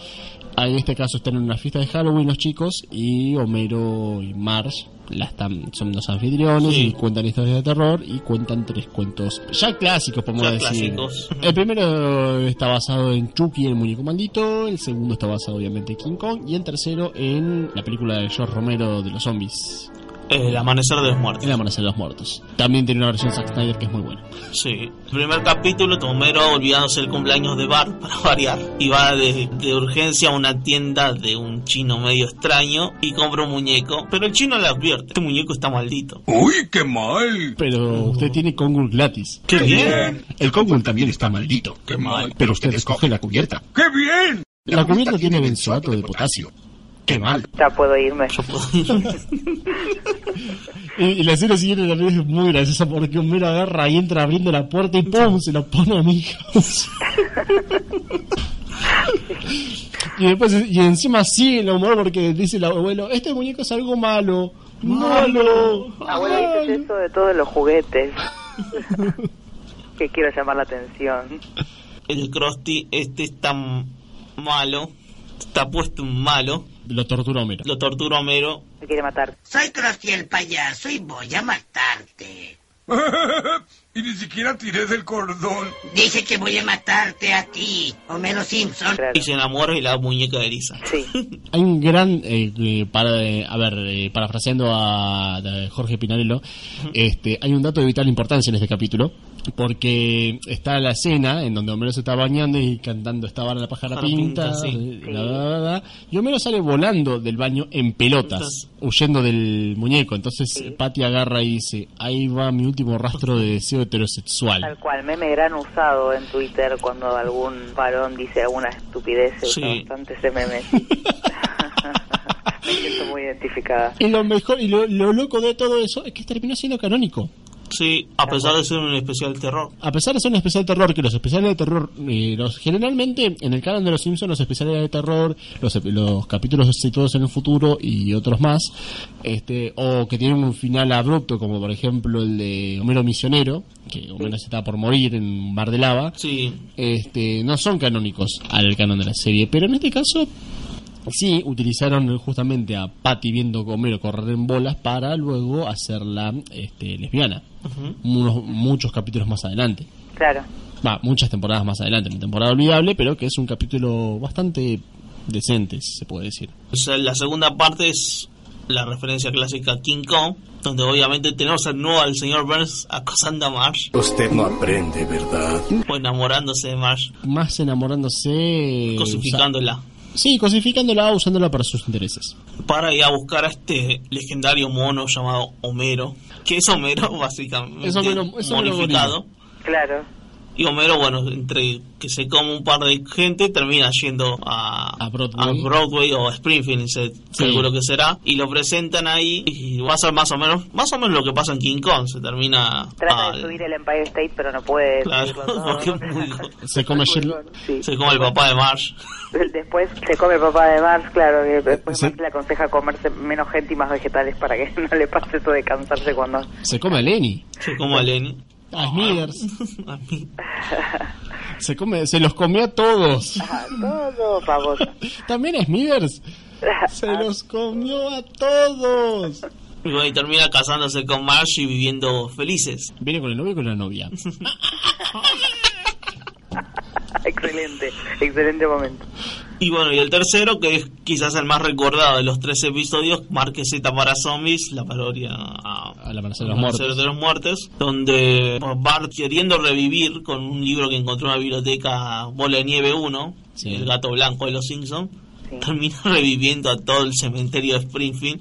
[SPEAKER 2] en este caso están en una fiesta de Halloween los chicos y Homero y Marge la están, son los anfitriones
[SPEAKER 1] Sí.
[SPEAKER 2] y cuentan historias de terror y cuentan tres cuentos ya clásicos, podemos
[SPEAKER 1] Ya
[SPEAKER 2] decir.
[SPEAKER 1] clásicos.
[SPEAKER 2] El primero está basado en Chucky, el muñeco maldito. El segundo está basado, obviamente, en King Kong. Y el tercero en la película de George Romero de los zombies,
[SPEAKER 1] Eh, El amanecer de los
[SPEAKER 2] El
[SPEAKER 1] muertos.
[SPEAKER 2] amanecer de los muertos. También tiene una versión Zack Snyder que es muy buena.
[SPEAKER 1] Sí. El primer capítulo, Homero olvidándose el cumpleaños de Bart, [LAUGHS] para variar. Y va de, de urgencia a una tienda de un chino medio extraño y compra un muñeco. Pero el chino le advierte, este muñeco está maldito.
[SPEAKER 9] Uy, qué mal.
[SPEAKER 2] Pero usted tiene Kongul gratis.
[SPEAKER 1] ¡Qué bien!
[SPEAKER 2] El Kongul también está maldito.
[SPEAKER 9] Qué mal.
[SPEAKER 2] Pero usted escoge la cubierta.
[SPEAKER 9] ¡Qué bien!
[SPEAKER 2] La cubierta tiene benzoato de potasio. Qué mal.
[SPEAKER 3] Ya puedo irme.
[SPEAKER 2] Y, y la escena siguiente también es muy graciosa porque Homero agarra y entra abriendo la puerta y ¡pum! se la pone a mi house. [LAUGHS] y después y encima sigue el humor porque dice el abuelo, este muñeco es algo malo. Malo.
[SPEAKER 3] Abuelo, dices eso de todos los juguetes. que quiero llamar la atención.
[SPEAKER 1] El Krusty, este está malo, está puesto un malo,
[SPEAKER 2] Lo torturó Homero.
[SPEAKER 1] lo tortura Homero.
[SPEAKER 3] Me quiere matar.
[SPEAKER 4] Soy Krusty el payaso y voy a matarte.
[SPEAKER 5] y ni siquiera tiré del cordón.
[SPEAKER 4] Dije que voy a matarte a ti, Homero Simpson.
[SPEAKER 3] Claro.
[SPEAKER 1] Y se enamora de la muñeca de Lisa.
[SPEAKER 3] Sí.
[SPEAKER 2] Hay un gran, eh, eh, para, eh, a ver, eh, parafraseando a, a Jorge Pinarello, este, hay un dato de vital importancia en este capítulo, porque está la escena en donde Homero se está bañando y cantando esta vara la pájara
[SPEAKER 1] Pájaro
[SPEAKER 2] pinta,
[SPEAKER 1] pinta, sí.
[SPEAKER 2] eh, la, la, la, la, y Homero sale volando del baño en pelotas, huyendo del muñeco, entonces
[SPEAKER 3] Sí.
[SPEAKER 2] Patty agarra y dice, ahí va mi último rastro de deseo heterosexual.
[SPEAKER 3] Tal cual, meme gran usado en Twitter cuando algún varón dice alguna estupidez, se usa
[SPEAKER 1] Sí.
[SPEAKER 3] bastante
[SPEAKER 1] [LAUGHS]
[SPEAKER 3] ese meme. Me siento muy identificada.
[SPEAKER 2] Y lo mejor, y lo, lo loco de todo eso es que terminó siendo canónico.
[SPEAKER 1] Sí, a pesar de ser un especial terror.
[SPEAKER 2] A pesar de ser un especial de terror, que los especiales de terror, eh, los, generalmente en el canal de los Simpsons, los especiales de terror, los, ep- los capítulos situados en el futuro y otros más, este o que tienen un final abrupto, como por ejemplo el de Homero Misionero, que Homero se está por morir en un bar de lava,
[SPEAKER 1] Sí,
[SPEAKER 2] este, no son canónicos al canon de la serie, pero en este caso sí utilizaron justamente a Patty viendo a Homero correr en bolas para luego hacerla este, lesbiana. Unos- muchos capítulos más adelante.
[SPEAKER 3] Claro.
[SPEAKER 2] Va, muchas temporadas más adelante, una temporada olvidable, pero que es un capítulo bastante decente, si se puede decir.
[SPEAKER 1] O sea, la segunda parte es la referencia clásica a King Kong, donde obviamente tenemos al nuevo al señor Burns acosando a Marsh
[SPEAKER 9] Usted no aprende, ¿verdad?
[SPEAKER 1] o enamorándose de Marsh,
[SPEAKER 2] Más enamorándose...
[SPEAKER 1] cosificándola,
[SPEAKER 2] usa- sí, cosificándola, usándola para sus intereses.
[SPEAKER 1] para ir a buscar a este legendario mono llamado Homero, que es Homero [LAUGHS] básicamente
[SPEAKER 2] Es Homero- es Homero
[SPEAKER 1] modificado.
[SPEAKER 3] Claro.
[SPEAKER 1] Y Homero, bueno, entre que se come un par de gente, termina yendo a,
[SPEAKER 2] A Broadway.
[SPEAKER 1] a Broadway o a Springfield, se, seguro que será. Y lo presentan ahí y va a ser más o menos más o menos lo que pasa en King Kong. Se termina...
[SPEAKER 3] Trata
[SPEAKER 1] al-
[SPEAKER 3] de subir el Empire State, pero no puede.
[SPEAKER 1] Ah, [LAUGHS] Claro, [LAUGHS]
[SPEAKER 3] subirlo todo.
[SPEAKER 1] porque es
[SPEAKER 3] [LAUGHS]
[SPEAKER 1] muy go-
[SPEAKER 2] Se come Shirley-
[SPEAKER 3] Sí.
[SPEAKER 1] se come el papá de Marsh.
[SPEAKER 3] Después se come el papá de Mars, claro.
[SPEAKER 1] Eh,
[SPEAKER 3] que después
[SPEAKER 2] Sí.
[SPEAKER 3] Marx le aconseja comerse menos gente y más vegetales para que [LAUGHS] no le pase eso de cansarse cuando.
[SPEAKER 2] se come a Lenny,
[SPEAKER 1] [LAUGHS] Se come a Lenny. [LAUGHS]
[SPEAKER 2] a Smithers.
[SPEAKER 1] A mí.
[SPEAKER 2] Se, come, se los comió a todos.
[SPEAKER 3] Ah, todo
[SPEAKER 1] [LAUGHS]
[SPEAKER 3] pavoso.
[SPEAKER 2] También a Smithers. Se los comió a todos.
[SPEAKER 1] Y bueno, y termina casándose con Marsh y viviendo felices.
[SPEAKER 2] Viene con el novio y con la novia.
[SPEAKER 3] excelente, excelente momento.
[SPEAKER 1] Y bueno, y el tercero, que es quizás el más recordado de los tres episodios, Marqueseta para Zombies, la parodia a,
[SPEAKER 2] A la Merced de los
[SPEAKER 1] a
[SPEAKER 2] Muertos.
[SPEAKER 1] Merced de los Muertes, donde Bart queriendo revivir con un libro que encontró en la biblioteca Bola de Nieve 1,
[SPEAKER 2] Sí.
[SPEAKER 1] el gato blanco de los Simpsons,
[SPEAKER 3] Sí.
[SPEAKER 1] termina [LAUGHS] reviviendo a todo el cementerio de Springfield.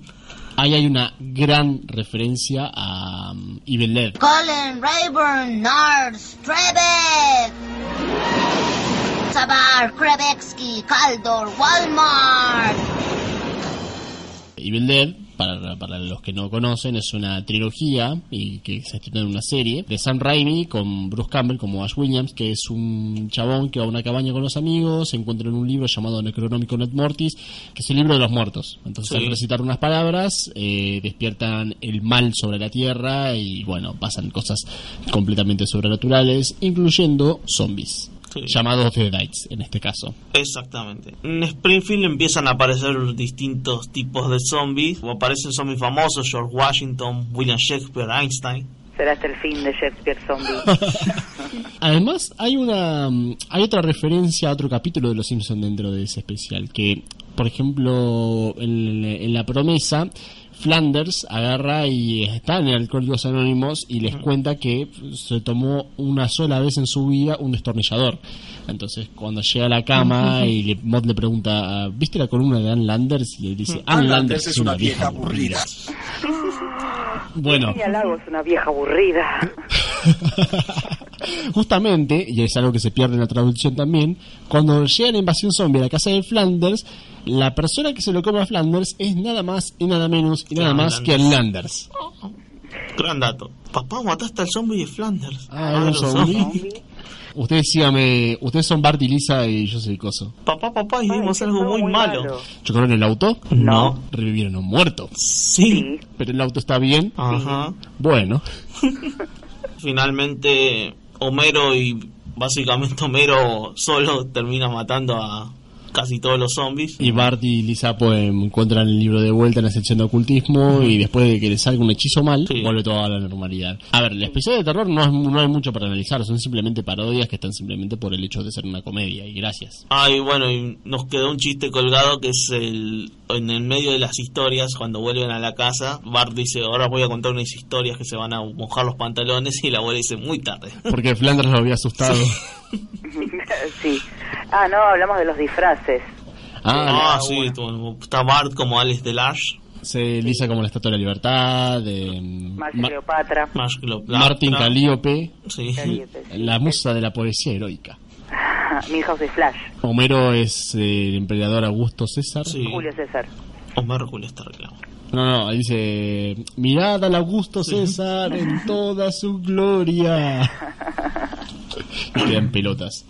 [SPEAKER 2] Ahí hay una gran referencia a um, Evil Dead.
[SPEAKER 8] Colin Rayburn, Nars, Trebek. Sabar, Krebetsky, Caldor, Walmart.
[SPEAKER 2] Evil Dead, para, para los que no conocen, es una trilogía y que se estrenó en una serie de Sam Raimi con Bruce Campbell como Ash Williams, que es un chabón que va a una cabaña con los amigos, se encuentra en un libro llamado Necronomicon et Mortis, que es el libro de los muertos. Entonces,
[SPEAKER 1] Sí.
[SPEAKER 2] al recitar unas palabras, eh, despiertan el mal sobre la tierra y, bueno, pasan cosas completamente sobrenaturales, incluyendo zombies.
[SPEAKER 1] Sí.
[SPEAKER 2] Llamados The Dites, en este caso.
[SPEAKER 1] Exactamente. En Springfield empiezan a aparecer distintos tipos de zombies. Aparecen zombies famosos, George Washington, William Shakespeare, Einstein.
[SPEAKER 3] Será hasta el fin de Shakespeare Zombie.
[SPEAKER 2] Además, hay una mm, hay otra referencia a otro capítulo de Los Simpsons dentro de ese especial. Que, por ejemplo, en, en La Promesa, Flanders agarra y está en el Códigos Anónimos y les cuenta que se tomó una sola vez en su vida un destornillador. Entonces, cuando llega a la cama y le, Mod le pregunta, "Ah, ¿viste la columna de Ann Landers? Y le dice, Ann Landers es una vieja aburrida. Bueno.
[SPEAKER 3] Virginia Lago es una vieja
[SPEAKER 1] [LAUGHS]
[SPEAKER 3] aburrida.
[SPEAKER 2] [LAUGHS] Justamente, y es algo que se pierde en la traducción también, cuando llega la invasión zombie a la casa de Flanders, la persona que se lo come a Flanders es nada más y nada menos y nada
[SPEAKER 1] Claro,
[SPEAKER 2] más que Landers.
[SPEAKER 1] Gran dato. Papá, mataste al zombie de Flanders.
[SPEAKER 2] Ah, un
[SPEAKER 1] los
[SPEAKER 2] zombie.
[SPEAKER 1] zombies.
[SPEAKER 2] Ustedes síganme, ustedes son Bart y Lisa y yo soy Coso.
[SPEAKER 1] Papá, papá, hicimos
[SPEAKER 3] Ay,
[SPEAKER 1] algo
[SPEAKER 3] fue
[SPEAKER 1] muy, malo.
[SPEAKER 2] ¿Chocaron el auto?
[SPEAKER 1] No.
[SPEAKER 2] Revivieron a un muerto.
[SPEAKER 1] Sí.
[SPEAKER 3] Sí.
[SPEAKER 2] Pero el auto está bien.
[SPEAKER 1] Ajá.
[SPEAKER 2] Bueno,
[SPEAKER 1] Finalmente, Homero y básicamente Homero solo termina matando a, casi todos los zombies.
[SPEAKER 2] Y Bart y Lisa pues, encuentran el libro de vuelta en la sección de ocultismo y después de que le salga un hechizo mal,
[SPEAKER 1] Sí.
[SPEAKER 2] vuelve todo a la normalidad. A ver, el especial de terror no, es, no hay mucho para analizar, son simplemente parodias que están simplemente por el hecho de ser una comedia y gracias.
[SPEAKER 1] Ah, y bueno, y nos quedó un chiste colgado que es el en el medio de las historias, cuando vuelven a la casa, Bart dice, ahora voy a contar unas historias que se van a mojar los pantalones y la abuela dice, muy tarde.
[SPEAKER 2] Porque Flanders lo había asustado.
[SPEAKER 3] [LAUGHS] sí. Ah, no, hablamos de los disfraces.
[SPEAKER 2] [LAUGHS] Ah,
[SPEAKER 1] Ah, sí, tu- está Bart como Alex Delage,
[SPEAKER 2] se lisa como la Estatua de la Libertad, de mm,
[SPEAKER 3] Más
[SPEAKER 2] Ma-
[SPEAKER 3] Cleopatra.
[SPEAKER 1] Marsh Gloplatra.
[SPEAKER 2] Martin Calíope,
[SPEAKER 1] Sí.
[SPEAKER 3] Calíope, sí.
[SPEAKER 2] la musa de la poesía heroica.
[SPEAKER 3] Milhouse de Flash.
[SPEAKER 2] Homero es eh, el emperador Augusto César.
[SPEAKER 1] Sí.
[SPEAKER 3] Julio César.
[SPEAKER 1] Homero Julio está reclamo.
[SPEAKER 2] No, no, ahí dice, mirad al Augusto César en toda su gloria. y quedan pelotas.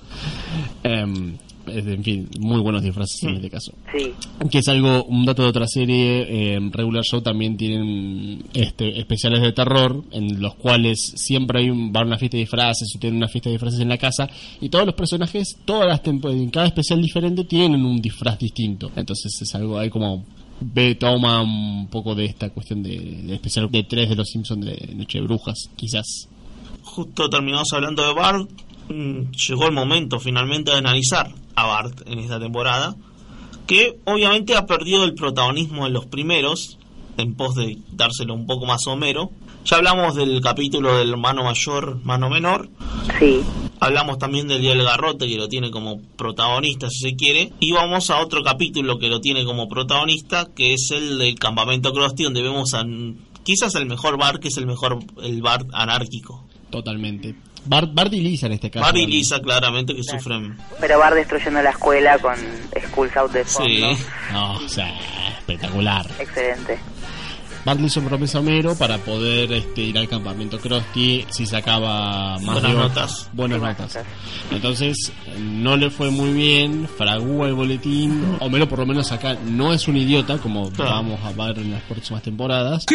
[SPEAKER 2] Em, es de- en fin, muy buenos disfraces en este caso.
[SPEAKER 3] Sí.
[SPEAKER 2] Que es algo, un dato de otra serie, em, Regular Show también tienen este, especiales de terror, en los cuales siempre hay un, va a una fiesta de disfraces, o tienen una fiesta de disfraces en la casa, y todos los personajes, todas las tempo- en cada especial diferente, tienen un disfraz distinto. Entonces es algo, hay como, ve, toma un poco de esta cuestión de, de especial de tres de los Simpsons de Noche de Brujas, quizás.
[SPEAKER 1] Justo terminamos hablando de Bart. mm, Llegó el momento finalmente de analizar a Bart en esta temporada, que obviamente ha perdido el protagonismo en los primeros, en pos de dárselo un poco más a Homero. Ya hablamos del capítulo del hermano mayor, hermano menor.
[SPEAKER 3] Sí.
[SPEAKER 1] Hablamos también del Día del Garrote, que lo tiene como protagonista, si se quiere. Y vamos a otro capítulo que lo tiene como protagonista, que es el del Campamento Krusty, donde vemos a, quizás el mejor bar, que es el mejor el bar anárquico.
[SPEAKER 2] Totalmente. Bart, Bart y Lisa en este caso.
[SPEAKER 1] Bart y
[SPEAKER 2] también.
[SPEAKER 1] Lisa, claramente, que sufren.
[SPEAKER 3] Pero Bar destruyendo la escuela con Schools Out de fondo.
[SPEAKER 1] Sí.
[SPEAKER 2] No, o sea, espectacular.
[SPEAKER 3] Excelente.
[SPEAKER 2] Bart le hizo promesa a Homero para poder este, ir al campamento Krusty si sacaba más
[SPEAKER 1] Buenas
[SPEAKER 2] de ocho.
[SPEAKER 1] notas.
[SPEAKER 2] Buenas
[SPEAKER 3] Sí,
[SPEAKER 2] notas.
[SPEAKER 3] notas.
[SPEAKER 2] Entonces, no le fue muy bien, fragúa el boletín. Homero por lo menos acá no es un idiota, como
[SPEAKER 1] Claro.
[SPEAKER 2] vamos a ver en las próximas temporadas.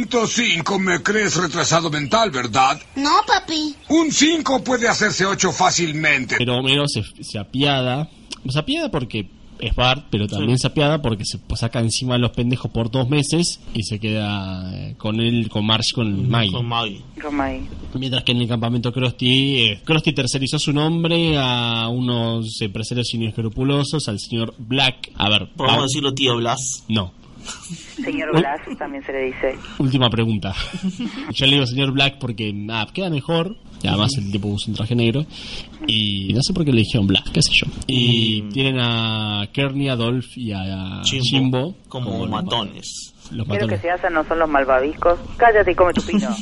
[SPEAKER 5] 10.5 me crees retrasado mental, ¿verdad?
[SPEAKER 8] No, papi.
[SPEAKER 5] Un 5 puede hacerse 8 fácilmente.
[SPEAKER 2] Pero Homero se, se apiada. Se apiada porque es Bart, pero también se apiada porque se saca encima a los pendejos por dos meses y se queda eh, con él, con Marge, con Maggie.
[SPEAKER 1] Con Maggie.
[SPEAKER 3] Romay.
[SPEAKER 2] Mientras que en el campamento Krusty, eh, Krusty tercerizó su nombre a unos empresarios inescrupulosos, al señor Black. A ver,
[SPEAKER 1] Podemos
[SPEAKER 2] ah,
[SPEAKER 1] decirlo tío Blas.
[SPEAKER 2] no.
[SPEAKER 3] Señor Blas también se le dice.
[SPEAKER 2] Última pregunta. Yo le digo señor Black porque ah, queda mejor. Y además el tipo usa un traje negro. Y no sé por qué le dijeron Black, qué sé yo. Y tienen a Kearney, a Dolph y a Jimbo,
[SPEAKER 1] Chimbo. como,
[SPEAKER 2] los ma-
[SPEAKER 1] matones.
[SPEAKER 2] Los
[SPEAKER 3] Quiero que
[SPEAKER 2] matones.
[SPEAKER 3] se hacen no son los malvaviscos. Cállate y come tu
[SPEAKER 1] [LAUGHS]
[SPEAKER 3] pino.
[SPEAKER 2] [LAUGHS]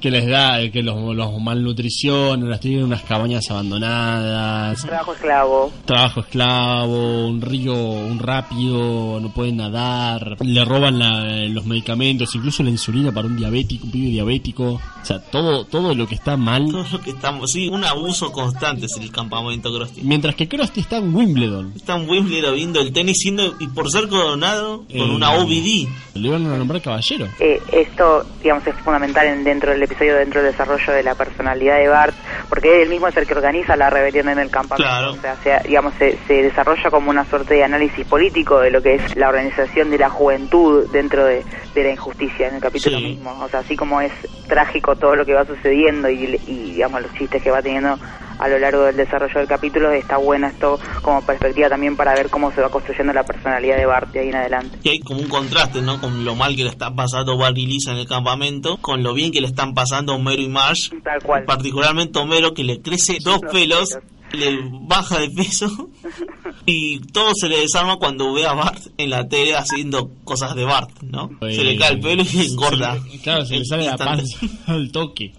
[SPEAKER 2] que les da, eh, que los, los malnutrición, las tienen en unas cabañas
[SPEAKER 3] [LAUGHS]
[SPEAKER 2] abandonadas.
[SPEAKER 3] Trabajo esclavo.
[SPEAKER 2] trabajo esclavo, un río, un rápido, no pueden nadar, le roban la- los medicamentos, incluso la insulina para un diabético, un pibe diabético, o sea, todo, todo lo que está mal.
[SPEAKER 1] Todo lo que estamos. Sí, un abuso constante es el campamento Krusty.
[SPEAKER 2] Mientras que Krusty está en Wimbledon.
[SPEAKER 1] Está en Wimbledon viendo el tenis siendo, y por ser coronado con
[SPEAKER 2] Eh,
[SPEAKER 1] una OBD.
[SPEAKER 2] Le iban a nombrar caballero.
[SPEAKER 3] Eh, esto, digamos, es fundamental en- dentro del episodio, dentro del desarrollo de la personalidad de Bart, porque él mismo es el que organiza la rebelión en el campamento.
[SPEAKER 1] Claro.
[SPEAKER 3] O sea, se- digamos, se, se desarrolla como una suerte de análisis político de lo que es la organización de la juventud dentro de, de la injusticia en el capítulo
[SPEAKER 1] Sí.
[SPEAKER 3] mismo. O sea, así como es trágico todo lo que va sucediendo y, y, digamos, los chistes que va teniendo a lo largo del desarrollo del capítulo, está bueno esto como perspectiva también para ver cómo se va construyendo la personalidad de Bart de ahí en adelante.
[SPEAKER 1] Y hay como un contraste, ¿no? Con lo mal que le están pasando Bart y Lisa en el campamento, con lo bien que le están pasando Homero y Marsh.
[SPEAKER 3] Tal cual.
[SPEAKER 1] Particularmente Homero, que le crece dos
[SPEAKER 3] Los
[SPEAKER 1] pelos,
[SPEAKER 3] pelos.
[SPEAKER 1] le baja de peso.
[SPEAKER 3] [LAUGHS]
[SPEAKER 1] Y todo se le desarma cuando ve a Bart en la tele haciendo cosas de Bart, ¿no?
[SPEAKER 2] Eh,
[SPEAKER 1] Se le cae el pelo y engorda.
[SPEAKER 2] se le- claro, se le
[SPEAKER 1] En
[SPEAKER 2] sale la
[SPEAKER 1] instantes.
[SPEAKER 2] panza [LAUGHS] al toque.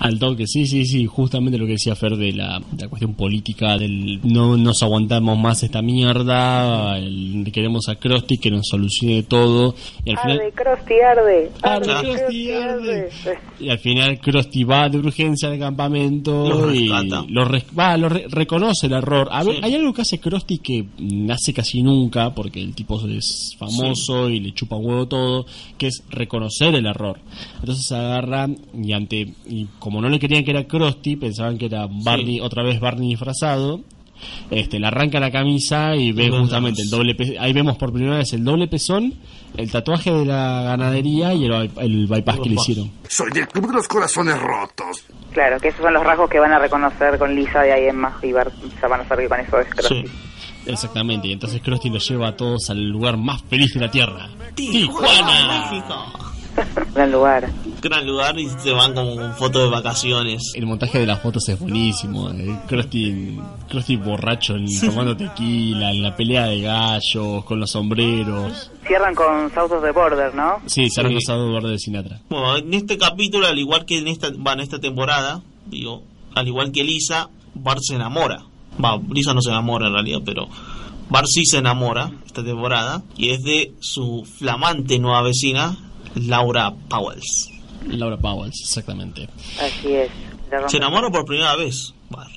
[SPEAKER 2] Al toque, sí, sí, sí, justamente lo que decía Fer de la, de la cuestión política, del no nos aguantamos más esta mierda, el- queremos a Krusty que nos solucione todo, y al final...
[SPEAKER 3] Arde, Krusty, arde.
[SPEAKER 2] Arde,
[SPEAKER 1] Arde,
[SPEAKER 2] Krusty, arde.
[SPEAKER 3] arde.
[SPEAKER 2] Y al final Krusty va de urgencia al campamento
[SPEAKER 1] Lo
[SPEAKER 2] y
[SPEAKER 1] rescata.
[SPEAKER 2] lo, res- va, lo re- reconoce el error. A ver,
[SPEAKER 1] Sí.
[SPEAKER 2] hay algo que hace Krusty que mm, hace casi nunca, porque el tipo es famoso y le chupa un huevo todo, que es reconocer el error. Entonces agarra y ante y como no le querían que era Krusty, pensaban que era Barney, otra vez Barney disfrazado. Este, le arranca la camisa y ve
[SPEAKER 1] Y vemos.
[SPEAKER 2] justamente el doble pe- ahí vemos por primera vez el doble pezón, el tatuaje de la ganadería y el, by- el bypass que le hicieron.
[SPEAKER 9] Soy del club de los corazones rotos.
[SPEAKER 3] Claro, que esos son los rasgos que van a reconocer con Lisa de ahí en más y Bart se van a saber que con eso es
[SPEAKER 1] Sí.
[SPEAKER 3] Krusty.
[SPEAKER 2] Exactamente, y entonces Krusty lo lleva a todos al lugar más feliz de la Tierra.
[SPEAKER 1] Tijuana,
[SPEAKER 2] Tijuana.
[SPEAKER 1] México.
[SPEAKER 3] Gran lugar.
[SPEAKER 1] Gran lugar y se van como con fotos de vacaciones.
[SPEAKER 2] El montaje de las fotos es buenísimo. eh, Krusty, Krusty borracho en- tomando tequila, en la pelea de gallos, con los sombreros.
[SPEAKER 3] Cierran con South of the Border, ¿no?
[SPEAKER 2] Sí, se han usado el borde de Sinatra.
[SPEAKER 1] Bueno, en este capítulo, al igual que en esta, va, en esta temporada, digo, al igual que Lisa, Bart se enamora. Va, Lisa no se enamora en realidad, pero Bart sí se enamora esta temporada y es de su flamante nueva vecina, Laura Powells.
[SPEAKER 2] Laura Powell, exactamente.
[SPEAKER 3] Así es. Le rompe-
[SPEAKER 1] Se enamora por primera vez, Bart.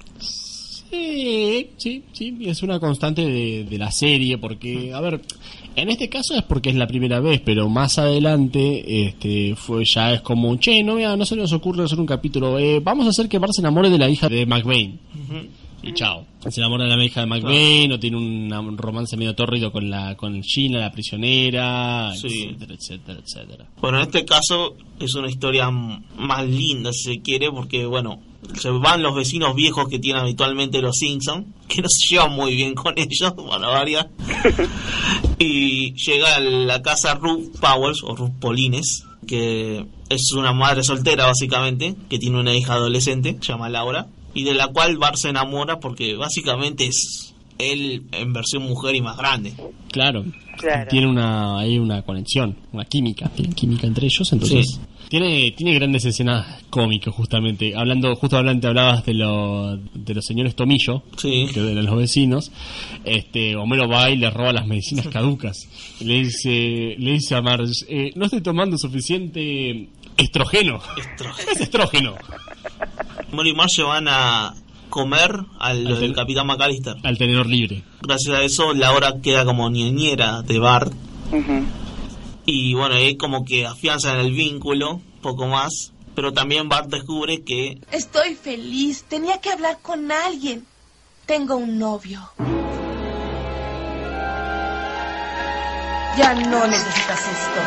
[SPEAKER 2] Sí, sí, sí, es una constante de, de la serie, porque, a ver, en este caso es porque es la primera vez, pero más adelante este, fue ya es como un, che, no, mira, no se nos ocurre hacer un capítulo, eh, vamos a hacer que Bart se enamore de la hija de McBain. Y chao. Se enamora de la hija de McBain, o tiene una- un romance medio tórrido con la con Gina, la prisionera,
[SPEAKER 1] Sí.
[SPEAKER 2] etcétera, etcétera, etcétera.
[SPEAKER 1] Bueno, en este caso es una historia m- más linda, si se quiere, porque, bueno, se van los vecinos viejos que tienen habitualmente los Simpson, que no se [LAUGHS] llevan muy bien con ellos, [LAUGHS] para varias. y llega a la casa Ruth Powers, o Ruth Polines, que es una madre soltera, básicamente, que tiene una hija adolescente, se llama Laura, y de la cual Bart se enamora porque básicamente es él en versión mujer y más grande.
[SPEAKER 2] Claro.
[SPEAKER 3] Claro.
[SPEAKER 2] Tiene una, hay una conexión, una química. Tiene química entre ellos, entonces.
[SPEAKER 1] Sí.
[SPEAKER 2] Tiene, tiene grandes escenas cómicas, justamente. Hablando, justo hablando, hablabas de, lo- de los señores Tomillo,
[SPEAKER 1] Sí.
[SPEAKER 2] que eran los vecinos. Este, Homero va y le roba las medicinas caducas. Y Le dice, le dice a Marge, eh, no estoy tomando suficiente estrogeno.
[SPEAKER 1] Estrogeno.
[SPEAKER 2] [LAUGHS] es estrógeno.
[SPEAKER 1] Mori y Marge van a comer al lo
[SPEAKER 2] Al
[SPEAKER 1] del
[SPEAKER 2] tel-
[SPEAKER 1] capitán McAllister.
[SPEAKER 2] Al tenedor libre.
[SPEAKER 1] Gracias a eso, la hora queda como niñera de Bart.
[SPEAKER 3] Ujú.
[SPEAKER 1] Y bueno, ahí como que afianzan el vínculo, poco más. Pero también Bart descubre que
[SPEAKER 6] Estoy feliz. Tenía que hablar con alguien. Tengo un novio. Ya no necesitas esto.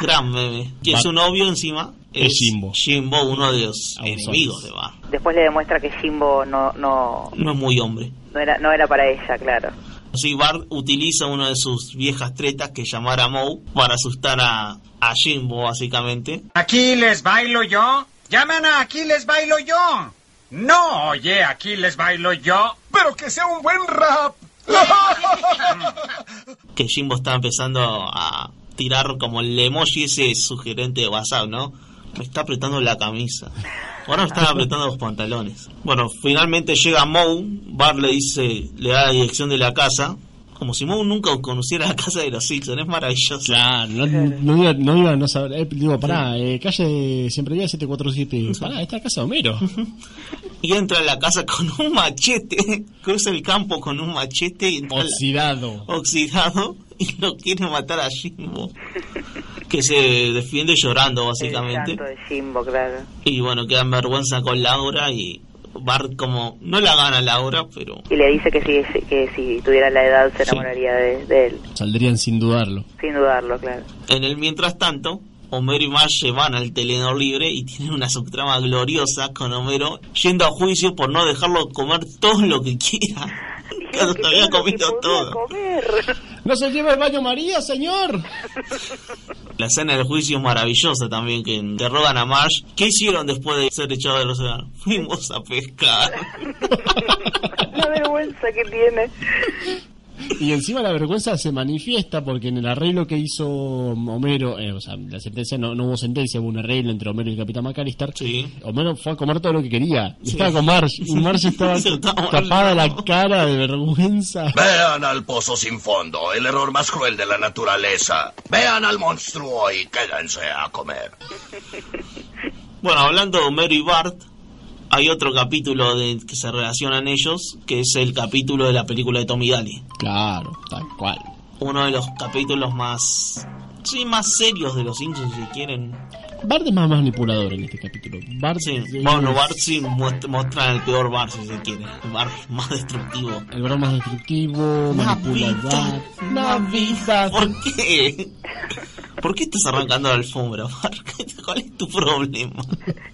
[SPEAKER 1] gran meme, que
[SPEAKER 2] Bart-
[SPEAKER 1] su novio encima
[SPEAKER 2] Es Jimbo.
[SPEAKER 1] Jimbo, uno de los
[SPEAKER 2] Abusadores.
[SPEAKER 1] enemigos de Bart.
[SPEAKER 3] Después le demuestra que Jimbo no, no,
[SPEAKER 1] No es muy hombre.
[SPEAKER 3] no, era, no era para ella, claro.
[SPEAKER 1] Así Bart utiliza una de sus viejas tretas que llamara Moe para asustar a, a Jimbo, básicamente.
[SPEAKER 5] ¿Aquí les bailo yo? ¡Llaman a aquí les bailo yo! No, oye, aquí les bailo yo. Pero que sea un buen rap. [LAUGHS]
[SPEAKER 1] que Jimbo está empezando a tirar como el emoji ese sugerente de WhatsApp, ¿no? Me está apretando la camisa. Ahora me están apretando los pantalones. Bueno, finalmente llega Moe, Bart le dice, le da la dirección de la casa, como si Moe nunca conociera la casa de los Simpson, es maravilloso.
[SPEAKER 2] Claro, no, no iba, no iba a no saber. eh, digo, pará, eh, calle siempre viva 747. Pará, esta casa de Homero.
[SPEAKER 1] Y entra a la casa con un machete, [LAUGHS] cruza el campo con un machete y entra a la-
[SPEAKER 2] Oxidado.
[SPEAKER 1] oxidado y lo quiere matar a Jimbo, que se defiende llorando
[SPEAKER 3] El
[SPEAKER 1] básicamente.
[SPEAKER 3] llanto de Jimbo, claro.
[SPEAKER 1] Y bueno, queda en vergüenza con Laura y Bart como... No la gana Laura, pero...
[SPEAKER 3] Y le dice que si, que si tuviera la edad se enamoraría de, de él,
[SPEAKER 2] Saldrían sin dudarlo.
[SPEAKER 3] sin dudarlo,
[SPEAKER 1] [LAUGHS]
[SPEAKER 3] claro.
[SPEAKER 1] En el mientras tanto, Homero y Marge van al Telenor Libre y tienen una subtrama gloriosa con Homero yendo a juicio por no dejarlo comer todo lo que quiera. [LAUGHS] Cuando
[SPEAKER 3] Que
[SPEAKER 1] todavía
[SPEAKER 3] todo lo que
[SPEAKER 1] comido
[SPEAKER 3] podía
[SPEAKER 1] todo.
[SPEAKER 3] comer. [LAUGHS]
[SPEAKER 2] ¡No se lleva el baño María, señor!
[SPEAKER 1] La escena del juicio es maravillosa también, que interrogan a Marge. ¿Qué hicieron después de ser echado del océano? [LAUGHS] Fuimos a
[SPEAKER 3] [LAUGHS]
[SPEAKER 1] pescar.
[SPEAKER 3] La vergüenza que tiene.
[SPEAKER 2] Y encima la vergüenza se manifiesta porque en el arreglo que hizo Homero, eh, o sea, la sentencia no, no hubo sentencia, hubo un arreglo entre Homero y el Capitán McAllister.
[SPEAKER 1] Sí.
[SPEAKER 2] Homero fue a comer todo lo que quería. Y Estaba con Marge.
[SPEAKER 1] [LAUGHS]
[SPEAKER 2] Y Marge estaba
[SPEAKER 1] Se estaba
[SPEAKER 2] tapada la
[SPEAKER 1] volviendo.
[SPEAKER 2] cara de vergüenza.
[SPEAKER 9] Vean al pozo sin fondo, el error más cruel de la naturaleza. Vean al monstruo y quédense a comer.
[SPEAKER 1] Bueno, hablando de Homero y Bart, hay otro capítulo de, que se relacionan ellos, que es el capítulo de la película de Tommy Daly.
[SPEAKER 2] Claro, tal cual.
[SPEAKER 1] Uno de los capítulos más... Sí, más serios de los Simpsons, si quieren.
[SPEAKER 2] Bart es más manipulador en este capítulo. Bart,
[SPEAKER 1] Sí,
[SPEAKER 2] es-
[SPEAKER 1] bueno, Bart sí muest- muestra el peor Bart si se quiere. El Bart más destructivo.
[SPEAKER 2] El Bart más destructivo, manipulador.
[SPEAKER 1] Navidad. ¿Por qué? ¿Por qué estás arrancando la alfombra, Bart? [LAUGHS] ¿Cuál es tu problema?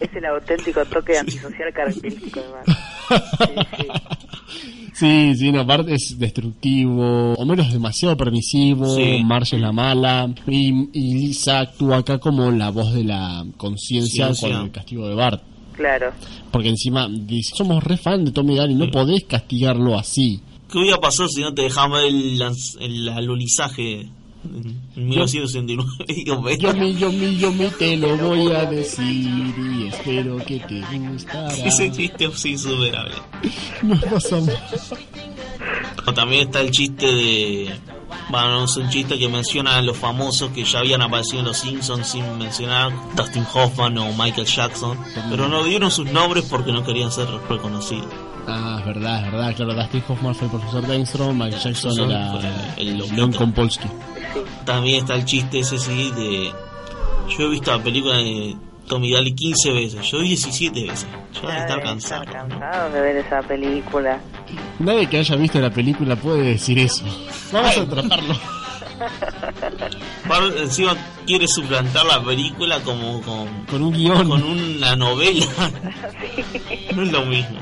[SPEAKER 3] Es el auténtico toque antisocial característico de Bart.
[SPEAKER 2] [LAUGHS] Sí, sí, no, Bart es destructivo, Homero es demasiado permisivo,
[SPEAKER 1] Sí.
[SPEAKER 2] Marge es la mala, y, y Lisa actúa acá como la voz de la conciencia
[SPEAKER 1] Ciencia.
[SPEAKER 2] con el castigo de Bart.
[SPEAKER 3] Claro.
[SPEAKER 2] Porque encima dice, somos re fan de Tommy Daly, no podés castigarlo así.
[SPEAKER 1] ¿Qué hubiera pasado si no te dejaba el, lanz- el alulizaje en 1969? [LAUGHS] Digo,
[SPEAKER 2] Yo
[SPEAKER 1] bueno,
[SPEAKER 2] me, yo me, yo me te lo voy a decir y espero que te gustará.
[SPEAKER 1] Ese chiste es insuperable.
[SPEAKER 2] Nos pasamos.
[SPEAKER 1] O también está el chiste de. Bueno, no es un chiste que menciona a los famosos que ya habían aparecido en Los Simpsons sin mencionar Dustin Hoffman o Michael Jackson, pero no dieron sus nombres porque no querían ser reconocidos.
[SPEAKER 2] Ah, es verdad, es verdad, claro, Dustin Hoffman fue el profesor Dengstrom, Mike Jackson
[SPEAKER 1] Jackson
[SPEAKER 2] era
[SPEAKER 1] fue el loquito.
[SPEAKER 2] León Kompolsky.
[SPEAKER 1] También está el chiste ese sí de. Yo he visto la película de Tommy Daly 15 veces, yo 17 veces. Ya debe estar
[SPEAKER 3] deben
[SPEAKER 1] cansado.
[SPEAKER 3] estar cansados de ver esa película.
[SPEAKER 2] Nadie que haya visto la película puede decir eso. Vamos a atraparlo.
[SPEAKER 1] Bart encima quiere suplantar la película como con
[SPEAKER 2] Con un guión.
[SPEAKER 1] con una novela. No es lo mismo.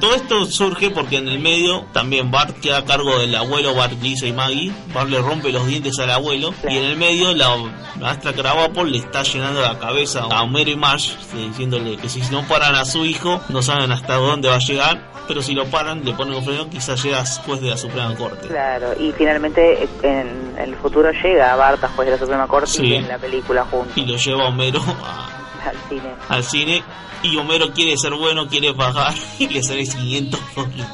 [SPEAKER 1] Todo esto surge porque en el medio también Bart queda a cargo del abuelo Bart, Lisa y Maggie. Bart le rompe los dientes al abuelo y en el medio la maestra Krabappel le está llenando la cabeza a Homero y Marge eh, diciéndole que si no paran a su hijo no saben hasta dónde va a llegar, pero si lo paran le ponen un freno quizás llega después de la Suprema Corte.
[SPEAKER 3] Claro, y finalmente eh, en el futuro llega a Bart a juez de la Suprema Corte
[SPEAKER 1] Sí.
[SPEAKER 3] y en la película juntos
[SPEAKER 1] Y lo lleva a Homero a,
[SPEAKER 3] al cine.
[SPEAKER 1] al cine y Homero quiere ser bueno, quiere pagar [LAUGHS] y le sale 500 dólares.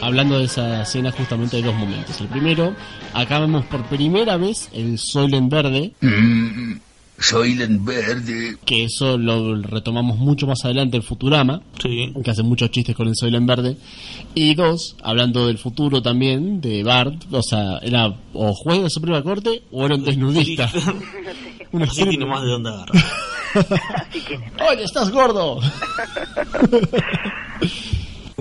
[SPEAKER 2] Hablando de esa escena, justamente hay dos momentos. El primero, acá vemos por primera vez el sol en verde,
[SPEAKER 9] Mm, Soylent Verde.
[SPEAKER 2] que eso lo retomamos mucho más adelante en Futurama,
[SPEAKER 1] Sí.
[SPEAKER 2] que hace muchos chistes con el sol en verde. Y dos, hablando del futuro también, de Bart, o sea, era o juez de Suprema Corte o era un desnudista. Una
[SPEAKER 1] Así
[SPEAKER 2] escena-
[SPEAKER 1] tiene más de dónde agarrar.
[SPEAKER 2] ¡Oye, estás gordo!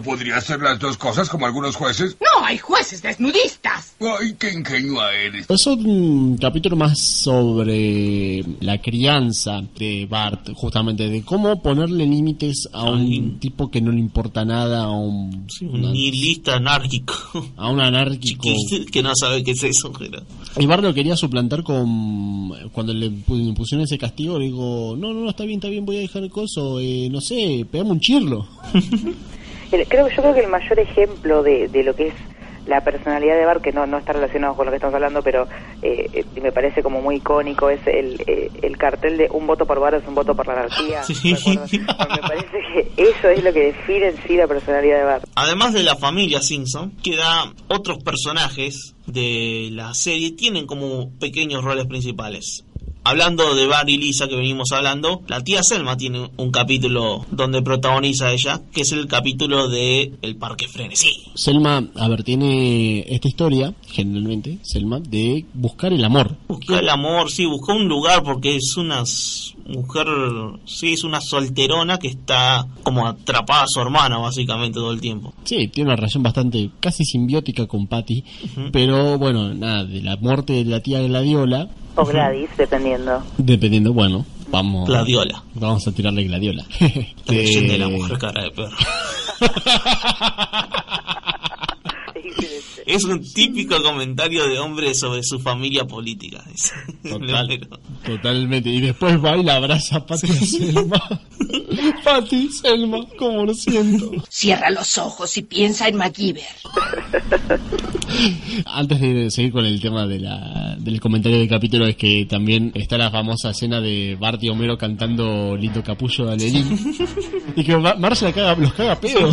[SPEAKER 9] ¿Podría hacer las dos cosas como algunos jueces?
[SPEAKER 4] No hay jueces desnudistas.
[SPEAKER 9] ¡Ay, qué ingenua eres!
[SPEAKER 2] Es un capítulo más sobre la crianza de Bart, justamente, de cómo ponerle límites a un
[SPEAKER 1] Ay.
[SPEAKER 2] tipo que no le importa nada, a un,
[SPEAKER 1] Un
[SPEAKER 2] una-
[SPEAKER 1] nihilista anárquico. [LAUGHS]
[SPEAKER 2] a un anárquico.
[SPEAKER 1] Chiquito que no sabe qué es eso, pero.
[SPEAKER 2] Y Bart lo quería suplantar con... Cuando le pu- le pusieron ese castigo, le digo, no, no, no, está bien, está bien, voy a dejar el coso, eh, no sé, pegame un chirlo.
[SPEAKER 3] El- creo, yo creo que el mayor ejemplo de, de lo que es la personalidad de Bart, que no, no está relacionado con lo que estamos hablando, pero eh, eh, me parece como muy icónico, es el, eh, el cartel de un voto por Bart es un voto por la anarquía.
[SPEAKER 1] [LAUGHS] Sí.
[SPEAKER 3] ¿recuerdan? Me parece que eso es lo que define en sí la personalidad de Bart.
[SPEAKER 1] Además de la familia Simpson, queda otros personajes de la serie tienen como pequeños roles principales. Hablando de Bart y Lisa que venimos hablando, la tía Selma tiene un capítulo donde protagoniza ella, que es el capítulo de El Parque Frenesí.
[SPEAKER 2] Selma, a ver, tiene esta historia, generalmente, Selma, de buscar el amor.
[SPEAKER 1] Buscó el amor, sí, buscó un lugar porque es una s- mujer, sí, es una solterona que está como atrapada a su hermana básicamente todo el tiempo.
[SPEAKER 2] Sí, tiene una relación bastante casi simbiótica con Patty, pero bueno, nada, de la muerte de la tía Gladiola,
[SPEAKER 3] O Gladys,
[SPEAKER 1] [LAUGHS]
[SPEAKER 3] dependiendo.
[SPEAKER 2] dependiendo, bueno,
[SPEAKER 1] Ah.
[SPEAKER 2] vamos
[SPEAKER 1] Gladiola.
[SPEAKER 2] Vamos a tirarle Gladiola.
[SPEAKER 1] La leyenda de la
[SPEAKER 2] Eh,
[SPEAKER 1] mujer cara de perro. [LAUGHS] Es un típico comentario de hombre sobre su familia política. dice. [LAUGHS]
[SPEAKER 2] Total,
[SPEAKER 1] Pero-
[SPEAKER 2] [LAUGHS] totalmente. Y después va y la abraza a Patty y a Selma. [LAUGHS] Patty, Selma, como lo siento.
[SPEAKER 4] Cierra los ojos y piensa en MacGyver.
[SPEAKER 2] Antes de seguir con el tema de la- del comentario del capítulo, es que también está la famosa escena de Bart y
[SPEAKER 1] [LAUGHS]
[SPEAKER 2] Homero cantando Lindo Capullo de Alelín. y que Mar- Marcia la caga- los caga a pedo.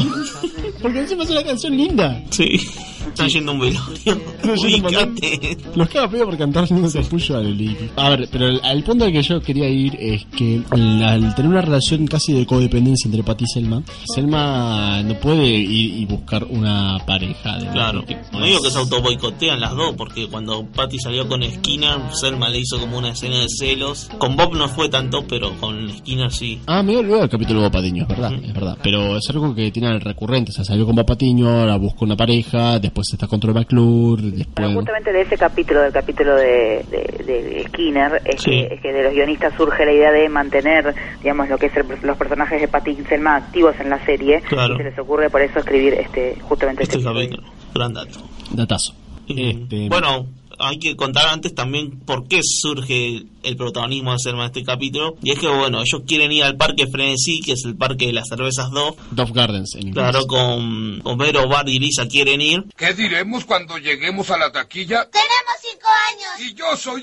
[SPEAKER 2] Porque encima es una canción linda.
[SPEAKER 1] Sí. [LAUGHS] Está yendo un velorio.
[SPEAKER 2] No, yo no
[SPEAKER 1] Ubícate.
[SPEAKER 2] Los queda pedo por cantar sin capullo al Liki. A ver, pero el- al punto al que yo quería ir es que al- al tener una relación casi de codependencia entre Patty y Selma, Selma no puede ir y buscar una pareja. De
[SPEAKER 1] Claro.
[SPEAKER 2] porque, pues,
[SPEAKER 1] No digo que se auto boicotean las dos, porque cuando Patty salió con Skinner, Selma le hizo como una escena de celos. Con Bob no fue tanto, pero con Skinner sí.
[SPEAKER 2] Ah, me olvidó el capítulo de Papatiño, es verdad, es verdad. Pero es algo que tiene el recurrente. O sea, salió con Papatiño, ahora busca una pareja, después está contra McClure,
[SPEAKER 3] Bueno,
[SPEAKER 2] después...
[SPEAKER 3] justamente de ese capítulo, del capítulo de, de- de Skinner, es,
[SPEAKER 1] Sí.
[SPEAKER 3] que, es que de los guionistas surge la idea de mantener, digamos, lo que es el- los personajes de Patty y Selma activos en la serie.
[SPEAKER 1] Claro.
[SPEAKER 3] Y se les ocurre por eso escribir este justamente
[SPEAKER 1] Este
[SPEAKER 3] este
[SPEAKER 1] capítulo. Gran dato.
[SPEAKER 2] Datazo.
[SPEAKER 1] Eh,
[SPEAKER 2] Este-
[SPEAKER 1] Bueno, hay que contar antes también por qué surge el protagonismo de Selma en este capítulo. Y es que, bueno, ellos quieren ir al parque Frenesí, que es el parque de las cervezas Dove.
[SPEAKER 2] Dove Gardens, en inglés.
[SPEAKER 1] Claro, con Homero, Bart y Lisa quieren ir.
[SPEAKER 9] ¿Qué diremos cuando lleguemos a la taquilla?
[SPEAKER 8] Tenemos cinco años.
[SPEAKER 9] Y yo soy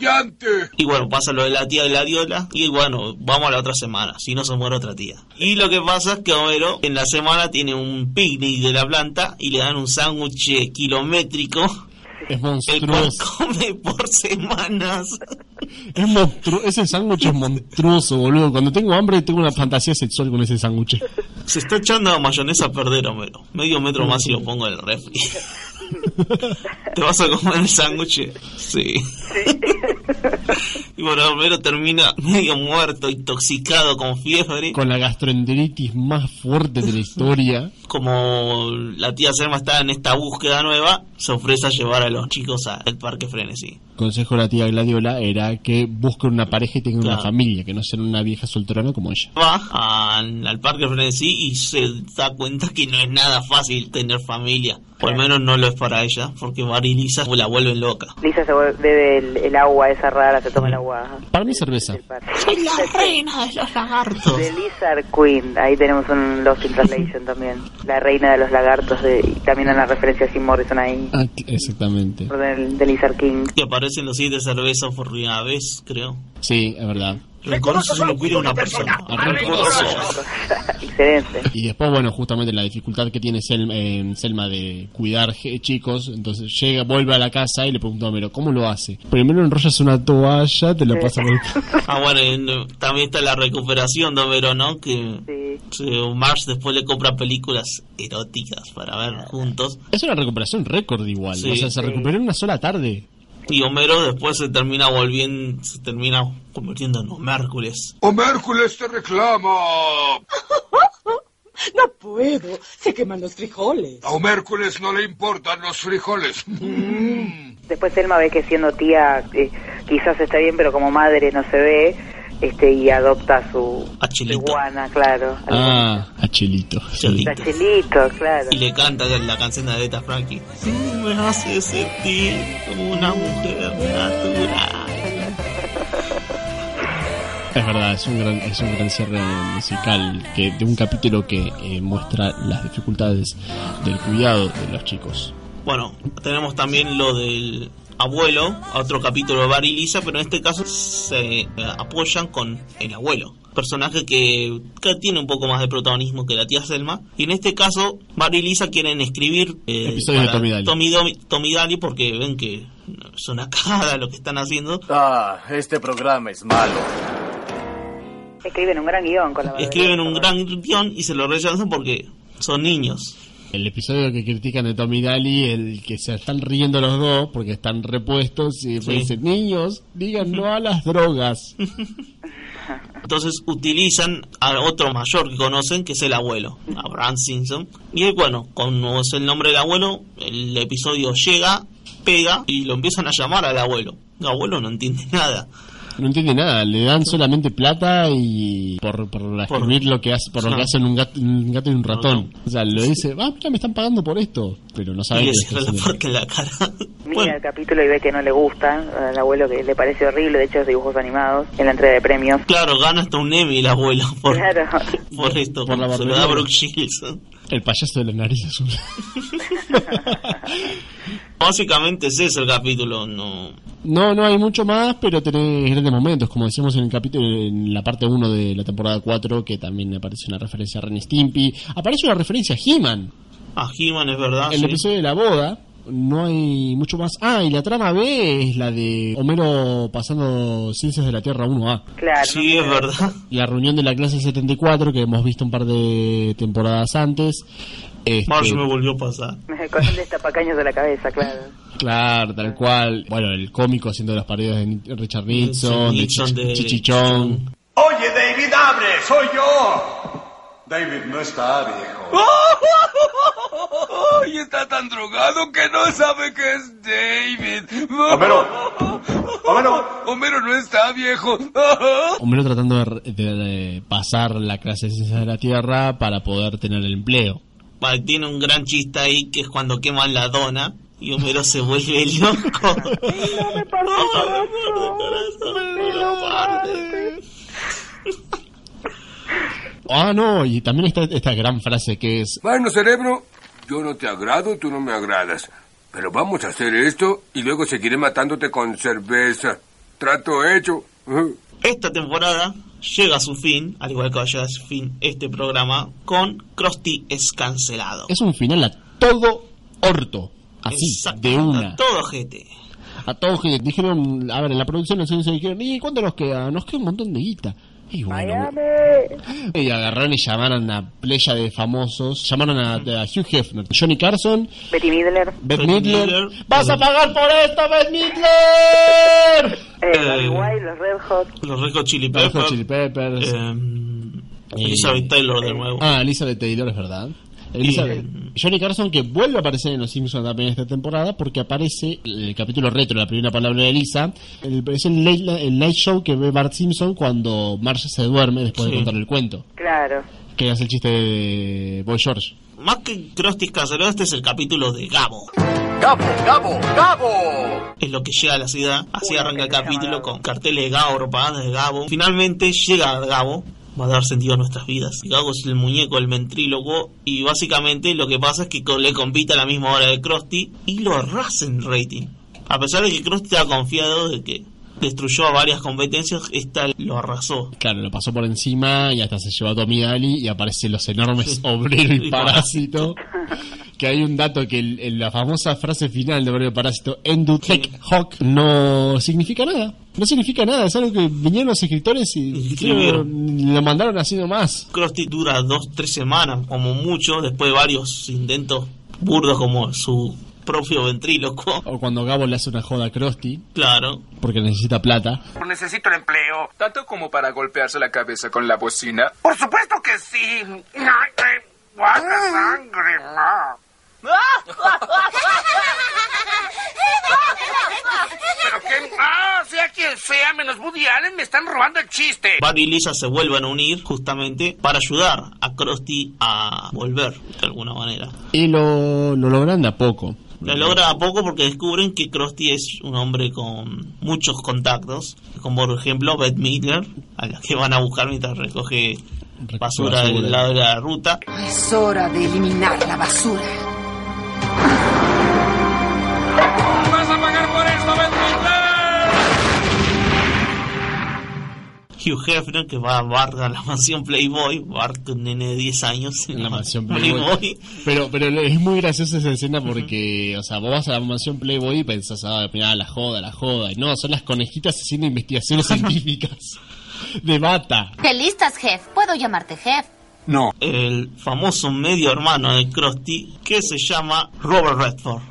[SPEAKER 9] estudiante.
[SPEAKER 1] Y bueno, pasa lo de la tía Gladiola. Y bueno, vamos a la otra semana, si no se muere otra tía. Y lo que pasa es que Homero en la semana tiene un picnic de la planta y le dan un sándwich kilométrico,
[SPEAKER 2] Es
[SPEAKER 1] el cual
[SPEAKER 2] monstruoso.
[SPEAKER 1] come por semanas.
[SPEAKER 2] Es monstruo, ese sándwich es monstruoso, boludo. Cuando tengo hambre tengo una fantasía sexual con ese sándwich.
[SPEAKER 1] Se está echando mayonesa a perder, Homero. Medio metro más y lo pongo en el refri. ¿Te vas a comer el sándwich? Sí. [LAUGHS] Y bueno, Homero termina medio muerto, intoxicado con fiebre.
[SPEAKER 2] Con la gastroenteritis más fuerte de la historia.
[SPEAKER 1] Como la tía Selma está en esta búsqueda nueva, se ofrece a llevar a los chicos al parque frenesí.
[SPEAKER 2] Consejo de la tía Gladiola era que busquen una pareja y tengan
[SPEAKER 1] Claro.
[SPEAKER 2] una familia, que no sean una vieja solterona como ella.
[SPEAKER 1] Va al, al parque frenesí y se da cuenta que no es nada fácil tener familia. Por lo menos no lo es para ella, porque Barilisa la vuelven loca.
[SPEAKER 3] Lisa se vuelve- bebe el, el agua esa rara, se toma el agua.
[SPEAKER 2] Para mí cerveza.
[SPEAKER 3] del parque.
[SPEAKER 1] Soy la reina de los lagartos.
[SPEAKER 3] De Lizard Queen, ahí tenemos un Lost in Translation también. La reina de los lagartos, de, y también una referencia a Jim Morrison ahí,
[SPEAKER 2] Ah, cl- exactamente.
[SPEAKER 3] del, de Lizard King.
[SPEAKER 1] Que aparecen los siete cervezas por primera vez, creo.
[SPEAKER 2] Sí, es verdad.
[SPEAKER 1] Reconoce solo cuida una persona. Ah, Reconoce.
[SPEAKER 3] Excelente.
[SPEAKER 2] Y después, bueno, justamente la dificultad que tiene Selma, eh, Selma de cuidar je- chicos, entonces llega, vuelve a la casa y le pregunta a Homero, ¿cómo lo hace? Primero enrollas una toalla, te la pasas por...
[SPEAKER 1] Ah, bueno, en- también está la recuperación de Homero, ¿no? Que
[SPEAKER 3] Sí.
[SPEAKER 1] que Marge después le compra películas eróticas para ver juntos.
[SPEAKER 2] Es una recuperación récord igual,
[SPEAKER 1] Sí.
[SPEAKER 2] o sea, se recuperó en una sola tarde.
[SPEAKER 1] Y Homero después se termina volviendo, se termina convirtiendo en Homércules.
[SPEAKER 10] ¡Oh,
[SPEAKER 9] Homércules te reclama.
[SPEAKER 7] [LAUGHS] No puedo. Se queman los frijoles.
[SPEAKER 9] A Homércules no le importan
[SPEAKER 7] [LAUGHS]
[SPEAKER 9] los frijoles.
[SPEAKER 3] Después Selma ve que siendo tía eh, quizás está bien, pero como madre no se ve, este y adopta a su
[SPEAKER 1] A Chilito.
[SPEAKER 3] iguana, claro. al-
[SPEAKER 2] Ah, a Chelito.
[SPEAKER 1] Chelito.
[SPEAKER 3] a Chilito, claro.
[SPEAKER 1] Y le canta la canción de Beta Frankie. Tú me hace sentir como una mujer natural.
[SPEAKER 2] Es verdad, es un gran, es un gran cierre musical que, de un capítulo que eh, muestra las dificultades del cuidado de los chicos.
[SPEAKER 1] Bueno, tenemos también lo del abuelo, otro capítulo de Bar y Lisa, pero en este caso se eh, apoyan con el abuelo, personaje que, que tiene un poco más de protagonismo que la tía Selma. Y en este caso, Bar y Lisa quieren escribir eh,
[SPEAKER 2] Episodios de
[SPEAKER 1] para
[SPEAKER 2] Tommy Daly.
[SPEAKER 1] Tommy, Domi- Tommy Daly porque ven que es una cagada lo que están haciendo.
[SPEAKER 11] Ah, este programa es malo.
[SPEAKER 3] Escriben un gran guión con la barbería.
[SPEAKER 1] Escriben un gran guión y se lo rechazan porque son niños.
[SPEAKER 2] El episodio que critican de Tommy Daly, el que se están riendo los dos porque están repuestos y después
[SPEAKER 1] Sí.
[SPEAKER 2] dicen, niños, digan no a las drogas.
[SPEAKER 1] Entonces utilizan a otro mayor que conocen, que es el abuelo, Abraham Simpson. Y él, bueno, como es el nombre del abuelo, el episodio llega, pega y lo empiezan a llamar al abuelo. El abuelo no entiende nada.
[SPEAKER 2] No entiende nada, le dan solamente plata y por, por escribir lo que hace, por lo que
[SPEAKER 1] Claro.
[SPEAKER 2] hacen un gato, un gato y un ratón.
[SPEAKER 1] Ratón.
[SPEAKER 2] O sea, lo dice, ah, mira, me están pagando por esto, pero no saben
[SPEAKER 1] y
[SPEAKER 2] que
[SPEAKER 1] le
[SPEAKER 2] lo está
[SPEAKER 1] cierra la
[SPEAKER 2] haciendo.
[SPEAKER 1] puerta en la cara.
[SPEAKER 3] Mira
[SPEAKER 1] Bueno,
[SPEAKER 3] el capítulo y ve que no le gusta al abuelo, que le parece horrible, de hecho es dibujos animados en la entrega de premios.
[SPEAKER 1] claro, gana hasta un Emmy el abuelo por, [LAUGHS]
[SPEAKER 3] Claro.
[SPEAKER 1] por esto,
[SPEAKER 2] Por la
[SPEAKER 1] se lo da
[SPEAKER 2] barbería.
[SPEAKER 1] Brooke Shields.
[SPEAKER 2] El payaso de la nariz azul.
[SPEAKER 1] [LAUGHS] Básicamente es eso el capítulo, no.
[SPEAKER 2] No, no hay mucho más, pero tenés grandes momentos, como decíamos en el capítulo, en la parte 1 de la temporada 4, que también aparece una referencia a Ren Stimpy. Aparece una referencia a He-Man.
[SPEAKER 1] A Ah, He-Man es verdad.
[SPEAKER 2] el
[SPEAKER 1] sí.
[SPEAKER 2] episodio de la boda. No hay mucho más. Ah, y la trama B es la de Homero pasando Ciencias de la Tierra 1A.
[SPEAKER 3] Claro.
[SPEAKER 1] Sí, es verdad.
[SPEAKER 2] La reunión de la clase 74, que hemos visto un par de temporadas antes. Este,
[SPEAKER 1] Marge me volvió a pasar.
[SPEAKER 3] [LAUGHS] Con el destapacaños de la cabeza, claro.
[SPEAKER 2] Claro, tal cual. Bueno, el cómico haciendo las parodias de Ni- Richard Nixon, de
[SPEAKER 1] Nixon, de-
[SPEAKER 2] Chichichón.
[SPEAKER 12] Oye, David, abre, soy yo. David no está, viejo.
[SPEAKER 10] Y está tan drogado que no sabe que es David.
[SPEAKER 12] Homero.
[SPEAKER 9] Oh,
[SPEAKER 10] Homero. [LAUGHS] Homero no está, viejo. [LAUGHS]
[SPEAKER 2] Homero tratando de, re- de- de pasar la clase de ciencias de la Tierra para poder tener el empleo.
[SPEAKER 1] Vale, tiene un gran chiste ahí que es cuando queman la dona y Homero se vuelve [LAUGHS] loco.
[SPEAKER 2] Ah, no, y también está esta gran frase que es...
[SPEAKER 10] Bueno, cerebro, yo no te agrado, tú no me agradas. Pero vamos a hacer esto y luego seguiré matándote con cerveza. Trato hecho. [LAUGHS]
[SPEAKER 1] Esta temporada llega a su fin, al igual que va a llegar a su fin este programa, con Krusty es cancelado.
[SPEAKER 2] Es un final a todo orto. Así, de una.
[SPEAKER 1] Todo gente.
[SPEAKER 2] A todos que dijeron, a ver, en la producción nos dijeron, ¿y cuánto nos queda? Nos queda un montón de guita. Y bueno, y agarraron y llamaron a playa de famosos, llamaron a, a Hugh Hefner, Johnny Carson,
[SPEAKER 3] Betty Midler.
[SPEAKER 2] Beth Midler.
[SPEAKER 3] ¡Vas a
[SPEAKER 2] pagar por esto, Beth Midler!
[SPEAKER 3] Eh, Barry White, los Red Hot.
[SPEAKER 1] Los Red Hot Chili
[SPEAKER 2] Los Red
[SPEAKER 1] Peppers.
[SPEAKER 2] Hot Chili Peppers.
[SPEAKER 1] em,
[SPEAKER 2] Eh,
[SPEAKER 1] Elizabeth Taylor de nuevo.
[SPEAKER 2] Ah, Elizabeth Taylor, es verdad. Elizabeth. Johnny Carson que vuelve a aparecer en Los Simpsons también esta temporada porque aparece el capítulo retro, la primera palabra de Lisa. El- es el late- el night show que ve Bart Simpson cuando Marge se duerme después
[SPEAKER 1] Sí.
[SPEAKER 2] de contar el cuento.
[SPEAKER 3] Claro. [LAUGHS]
[SPEAKER 2] Que hace el chiste de Boy George.
[SPEAKER 1] Más que Krusty es cancelado, este es el capítulo de Gabo.
[SPEAKER 11] ¡Gabo, Gabo, Gabo!
[SPEAKER 1] Es lo que llega a la ciudad, así arranca el capítulo con carteles de Gabo, propagandas de Gabo. Finalmente llega Gabo, va a dar sentido a nuestras vidas. Gabo es el muñeco, el ventríloco, y básicamente lo que pasa es que co- le compite a la misma hora de Krusty y lo arrasa en rating. A pesar de que Krusty estaba confiado de que destruyó a varias competencias, esta lo arrasó.
[SPEAKER 2] Claro, lo pasó por encima y hasta se llevó a Tommy Daly y aparecen los enormes obreros y
[SPEAKER 1] Y
[SPEAKER 2] parásito.
[SPEAKER 1] Parásito.
[SPEAKER 2] que hay un dato que el- el- la famosa frase final de obrero y parásito, Endutech Hawk, no significa nada. No significa nada, es algo que vinieron los escritores y
[SPEAKER 1] Escribieron.
[SPEAKER 2] lo mandaron así nomás.
[SPEAKER 1] Krusty dura dos, tres semanas, como mucho, después de varios intentos burdos como su propio
[SPEAKER 2] [LAUGHS]
[SPEAKER 1] ventríloco.
[SPEAKER 2] O cuando Gabo le hace una joda a Krusty
[SPEAKER 1] Claro.
[SPEAKER 2] porque necesita plata.
[SPEAKER 10] Necesito el empleo. ¿Tanto como para golpearse la cabeza con la bocina?
[SPEAKER 12] Por supuesto que sí. Guarda sangre, ma. ¿Pero qué? Ah, sea quien sea, menos Woody Allen, me están robando el chiste.
[SPEAKER 1] Bart y Lisa se vuelven a unir justamente para ayudar a Krusty a volver de alguna manera.
[SPEAKER 2] Y lo, lo logran de a poco.
[SPEAKER 1] Lo logra a poco porque descubren que Krusty es un hombre con muchos contactos, como por ejemplo Beth Midler, a la que van a buscar mientras recoge basura
[SPEAKER 2] basura.
[SPEAKER 1] del lado de la ruta.
[SPEAKER 7] Es hora de eliminar la basura.
[SPEAKER 5] ¡Vas a pagar por esto, Ben
[SPEAKER 1] Hugh Hefner, que va a Bart a la mansión Playboy, Bart un nene de 10
[SPEAKER 2] [LAUGHS]
[SPEAKER 1] años en la mansión
[SPEAKER 2] Playboy. Pero, pero es muy graciosa esa escena porque, o sea, vos vas a la mansión Playboy y pensás, ah, mirá, la joda, la joda. Y no, son las conejitas
[SPEAKER 1] [LAUGHS]
[SPEAKER 2] haciendo investigaciones científicas de bata.
[SPEAKER 8] ¿Te listas, Jeff? ¿Puedo llamarte Jeff?
[SPEAKER 1] No. El famoso medio hermano de Krusty, que se llama Robert Redford.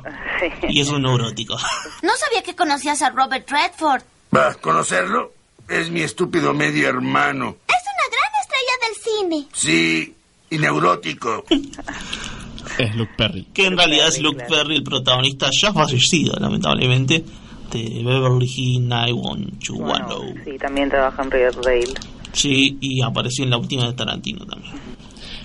[SPEAKER 1] Y es un neurótico.
[SPEAKER 8] No sabía que conocías a Robert Redford.
[SPEAKER 9] ¿Vas a conocerlo? Es mi estúpido medio hermano.
[SPEAKER 8] Es una gran estrella del cine.
[SPEAKER 9] Sí, y neurótico.
[SPEAKER 2] Es Luke Perry.
[SPEAKER 1] que en realidad es Luke Perry, el protagonista ya fallecido, lamentablemente, de Beverly Hills
[SPEAKER 2] Oh.
[SPEAKER 1] 90210.
[SPEAKER 3] Sí, también trabaja en Riverdale.
[SPEAKER 1] Sí, y apareció en la última de Tarantino también.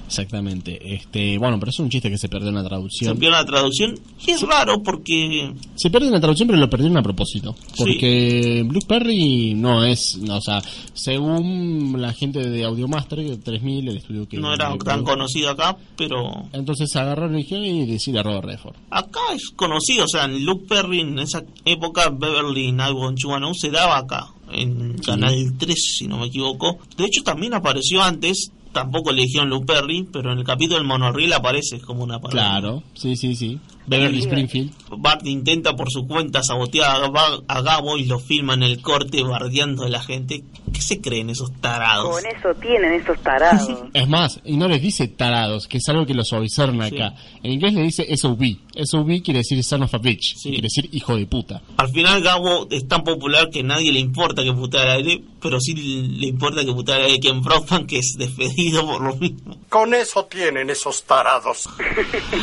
[SPEAKER 2] Exactamente. Este, bueno, pero es un chiste que se perdió en la traducción.
[SPEAKER 1] Se pierde la traducción y es raro porque
[SPEAKER 2] Se pierde en la traducción, pero lo perdieron a propósito. Porque Blue Perry no es, no, o sea, según la gente de Audiomaster, que 3000, el estudio que...
[SPEAKER 1] no era
[SPEAKER 2] que-
[SPEAKER 1] tan conocido acá, pero
[SPEAKER 2] Entonces agarraron y dijeron y decir a Robert Redford.
[SPEAKER 1] acá es conocido. O sea, en Luke Perry en esa época, Beverly Nightwatch Chubano se daba acá, en Canal 3, si no me equivoco. De hecho, también apareció antes, tampoco le dijeron Luke Perry, pero en el capítulo del monorriel aparece como una palabra.
[SPEAKER 2] Claro, sí, sí, sí. Beverly Springfield.
[SPEAKER 1] Bart intenta por su cuenta sabotear a, Ga- a Gabo y lo filma en el corte bardeando a la gente. ¿Qué se creen esos
[SPEAKER 2] Oh.
[SPEAKER 1] tarados?
[SPEAKER 3] Con eso tienen esos
[SPEAKER 2] [LAUGHS]
[SPEAKER 3] tarados.
[SPEAKER 2] Es más, y no les dice tarados, que es algo que los suavizaron acá. En inglés le dice SOB. SOB quiere decir son of a bitch, que quiere decir hijo de puta.
[SPEAKER 1] Al final Gabo es tan popular que nadie le importa que putea al aire, pero sí le importa que putea al aire Ken Brockman, que es despedido por lo mismo.
[SPEAKER 11] Con eso tienen esos tarados.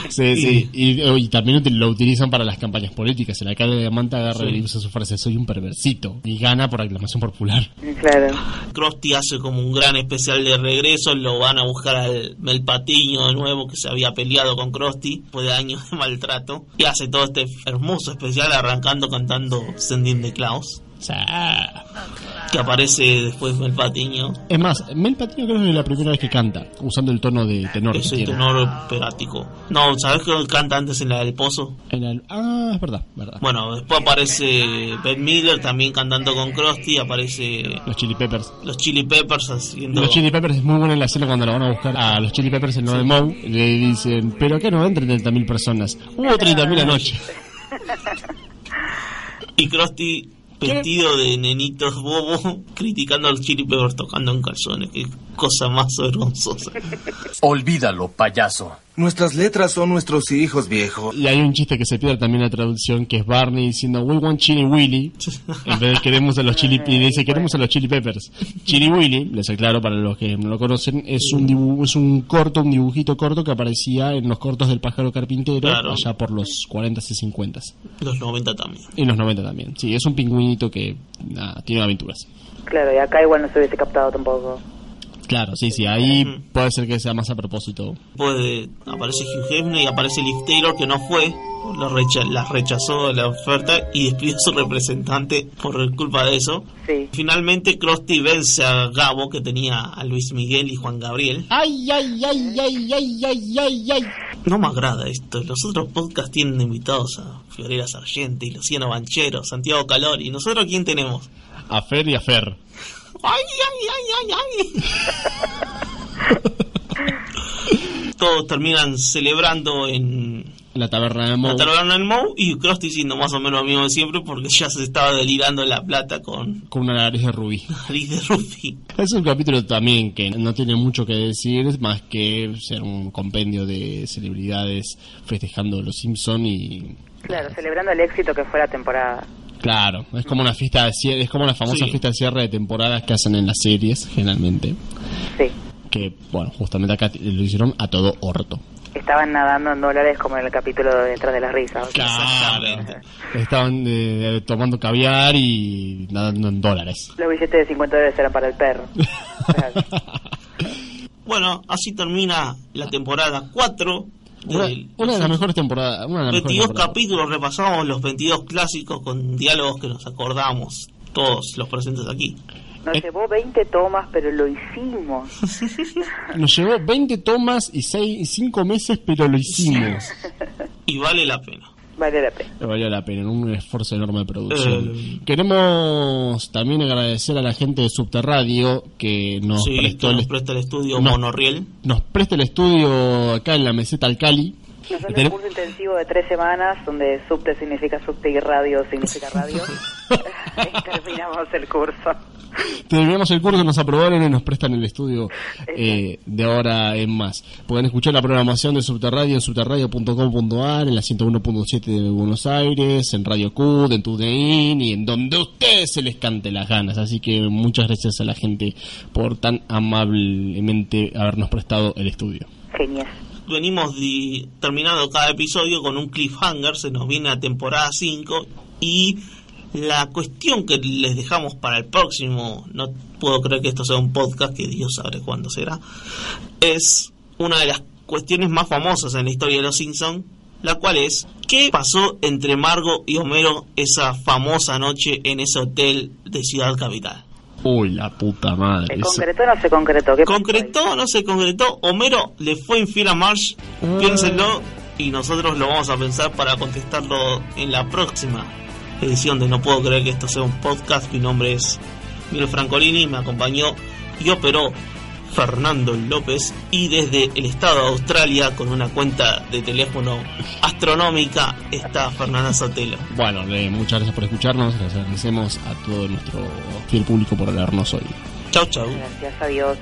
[SPEAKER 2] Sí, sí. Y, oh, y también lo utilizan para las campañas políticas. En la calle de Manta agarra
[SPEAKER 1] Sí.
[SPEAKER 2] y usa su frase, soy un perversito. Y gana por aclamación popular.
[SPEAKER 3] Claro.
[SPEAKER 1] Krusty hace como un gran especial de regreso, lo van a buscar al Melpatiño de nuevo, que se había peleado con Krusty después de años de maltrato, y hace todo este hermoso especial arrancando cantando Sending the Clouds. Que aparece después Melpatiño.
[SPEAKER 2] Es más, Mel Patino creo que es la primera vez que canta, usando el tono de tenor que
[SPEAKER 1] Es el
[SPEAKER 2] tiene.
[SPEAKER 1] tenor perático. No, ¿sabes que canta antes en la del pozo?
[SPEAKER 2] En el- ah, es verdad, verdad.
[SPEAKER 1] Bueno, después aparece Ben Miller también cantando con Krusty, aparece
[SPEAKER 2] Los Chili Peppers.
[SPEAKER 1] los Chili Peppers haciendo...
[SPEAKER 2] Los Chili Peppers es muy buena la escena cuando la van a buscar a los Chili Peppers en lo de Moe. Le dicen, pero acá no entran 30.000 personas. Hubo 30.000 anoche.
[SPEAKER 1] Y Krusty vestido de nenitos bobo, [LAUGHS] criticando a los Chili Peppers tocando en calzones. Qué cosa más vergonzosa.
[SPEAKER 13] Olvídalo, payaso. Nuestras letras son nuestros hijos, viejo.
[SPEAKER 2] Y hay un chiste que se pierde también en la traducción, que es Barney diciendo, we want Chili Willy. En vez de queremos a los Chili, y dice, queremos a los Chili Peppers. Chili Willy, les aclaro para los que no lo conocen, es un dibu- es un corto, un dibujito corto que aparecía en los cortos del pájaro carpintero,
[SPEAKER 1] Claro.
[SPEAKER 2] allá por los 40s y 50s.
[SPEAKER 1] Los 90 también.
[SPEAKER 2] En los 90 también. Sí, es un pingüinito que nada, tiene aventuras.
[SPEAKER 3] Claro, y acá igual no se hubiese captado tampoco.
[SPEAKER 2] Claro, sí, sí, ahí puede ser que sea más a propósito.
[SPEAKER 1] Después de- aparece Hugh Hefner y aparece Liv Taylor, que no fue. Lo recha- la rechazó la oferta y despidió a su representante por culpa de eso. Finalmente, Krusty vence a Gabo, que tenía a Luis Miguel y Juan Gabriel.
[SPEAKER 2] Ay, ay, ay, ay, ay, ay, ay, ay.
[SPEAKER 1] No me agrada esto. Los otros podcasts tienen invitados a Fiorella Sargenti, Luciano Banchero, Santiago Calori. ¿Nosotros quién tenemos?
[SPEAKER 2] A Fer y a Fer.
[SPEAKER 1] ¡Ay, ay, ay, ay,
[SPEAKER 2] [LAUGHS]
[SPEAKER 1] ay! Todos terminan celebrando en
[SPEAKER 2] La taberna de Moe.
[SPEAKER 1] la taberna del Mou y Krusty diciendo más o menos lo mismo de siempre porque ya se estaba delirando la plata con
[SPEAKER 2] Con una nariz de rubí.
[SPEAKER 1] nariz de Rufi.
[SPEAKER 2] Es un capítulo también que no tiene mucho que decir, más que ser un compendio de celebridades festejando los Simpson y
[SPEAKER 3] Claro, celebrando el éxito que fue la temporada.
[SPEAKER 2] claro, es como una fiesta de cierre, es como la famosa
[SPEAKER 3] Sí.
[SPEAKER 2] fiesta de cierre de temporadas que hacen en las series generalmente,
[SPEAKER 3] Sí.
[SPEAKER 2] que bueno, justamente acá t- lo hicieron a todo orto.
[SPEAKER 3] Estaban nadando en dólares como en el capítulo de detrás de las risas.
[SPEAKER 2] Claro. Estaban eh, tomando caviar y nadando en dólares.
[SPEAKER 3] [LAUGHS] Los billetes de 50 dólares eran para el
[SPEAKER 2] [LAUGHS]
[SPEAKER 3] perro.
[SPEAKER 1] Bueno, así termina la temporada 4
[SPEAKER 2] Una,
[SPEAKER 1] del
[SPEAKER 2] una de las mejores temporadas, una de las mejores
[SPEAKER 1] 22
[SPEAKER 2] temporadas.
[SPEAKER 1] capítulos, repasamos los 22 clásicos con diálogos que nos acordamos, todos los presentes aquí.
[SPEAKER 3] Nos llevó 20 tomas, pero lo hicimos.
[SPEAKER 2] Nos llevó 20 tomas y 5 meses, pero lo hicimos.
[SPEAKER 1] Y vale la pena.
[SPEAKER 3] Vale la pena.
[SPEAKER 2] [LAUGHS] Valió la pena, un esfuerzo enorme de producción. Queremos también agradecer a la gente de Subterradio que nos
[SPEAKER 1] sí, que
[SPEAKER 2] prestó el
[SPEAKER 1] nos
[SPEAKER 2] est-
[SPEAKER 1] presta el estudio
[SPEAKER 2] No.
[SPEAKER 1] Monorriel.
[SPEAKER 2] nos presta el estudio acá en la meseta Alcali.
[SPEAKER 3] Nos hace un
[SPEAKER 2] Tenemos-
[SPEAKER 3] curso intensivo de tres semanas, donde subte significa subte y radio significa
[SPEAKER 2] [LAUGHS]
[SPEAKER 3] radio. [LAUGHS] y terminamos el curso.
[SPEAKER 2] Terminamos el curso, nos aprobaron y nos prestan el estudio eh, de ahora en más. Pueden escuchar la programación de Subterradio en subterradio.com.ar, en la 101.7 de Buenos Aires, en Radio CUD, en TuneIn y en donde a ustedes se les cante las ganas. Así que muchas gracias a la gente por tan amablemente habernos prestado el estudio.
[SPEAKER 3] Genial.
[SPEAKER 1] Venimos di- terminando cada episodio con un cliffhanger, se nos viene la temporada 5 y la cuestión que les dejamos para el próximo, no puedo creer que esto sea un podcast, que Dios sabe cuándo será, es una de las cuestiones más famosas en la historia de los Simpson, la cual es ¿qué pasó entre Margo y Homero esa famosa noche en ese hotel de Ciudad Capital?
[SPEAKER 2] Uy, la puta madre.
[SPEAKER 3] ¿Se
[SPEAKER 2] eso-
[SPEAKER 3] concretó o no se concretó? ¿Qué pasó ahí?
[SPEAKER 1] ¿Concretó o no se concretó? Homero le fue infiel a Marge, piénsenlo y nosotros lo vamos a pensar para contestarlo en la próxima edición de No Puedo Creer que esto sea un podcast. Mi nombre es Miguel Francolini, me acompañó y operó Fernando López y desde el estado de Australia con una cuenta de teléfono astronómica está Fernanda Sotelo.
[SPEAKER 2] Bueno, eh, muchas gracias por escucharnos. Les agradecemos a todo nuestro fiel público por hablarnos hoy.
[SPEAKER 1] Chau, chau.
[SPEAKER 3] Gracias a Dios.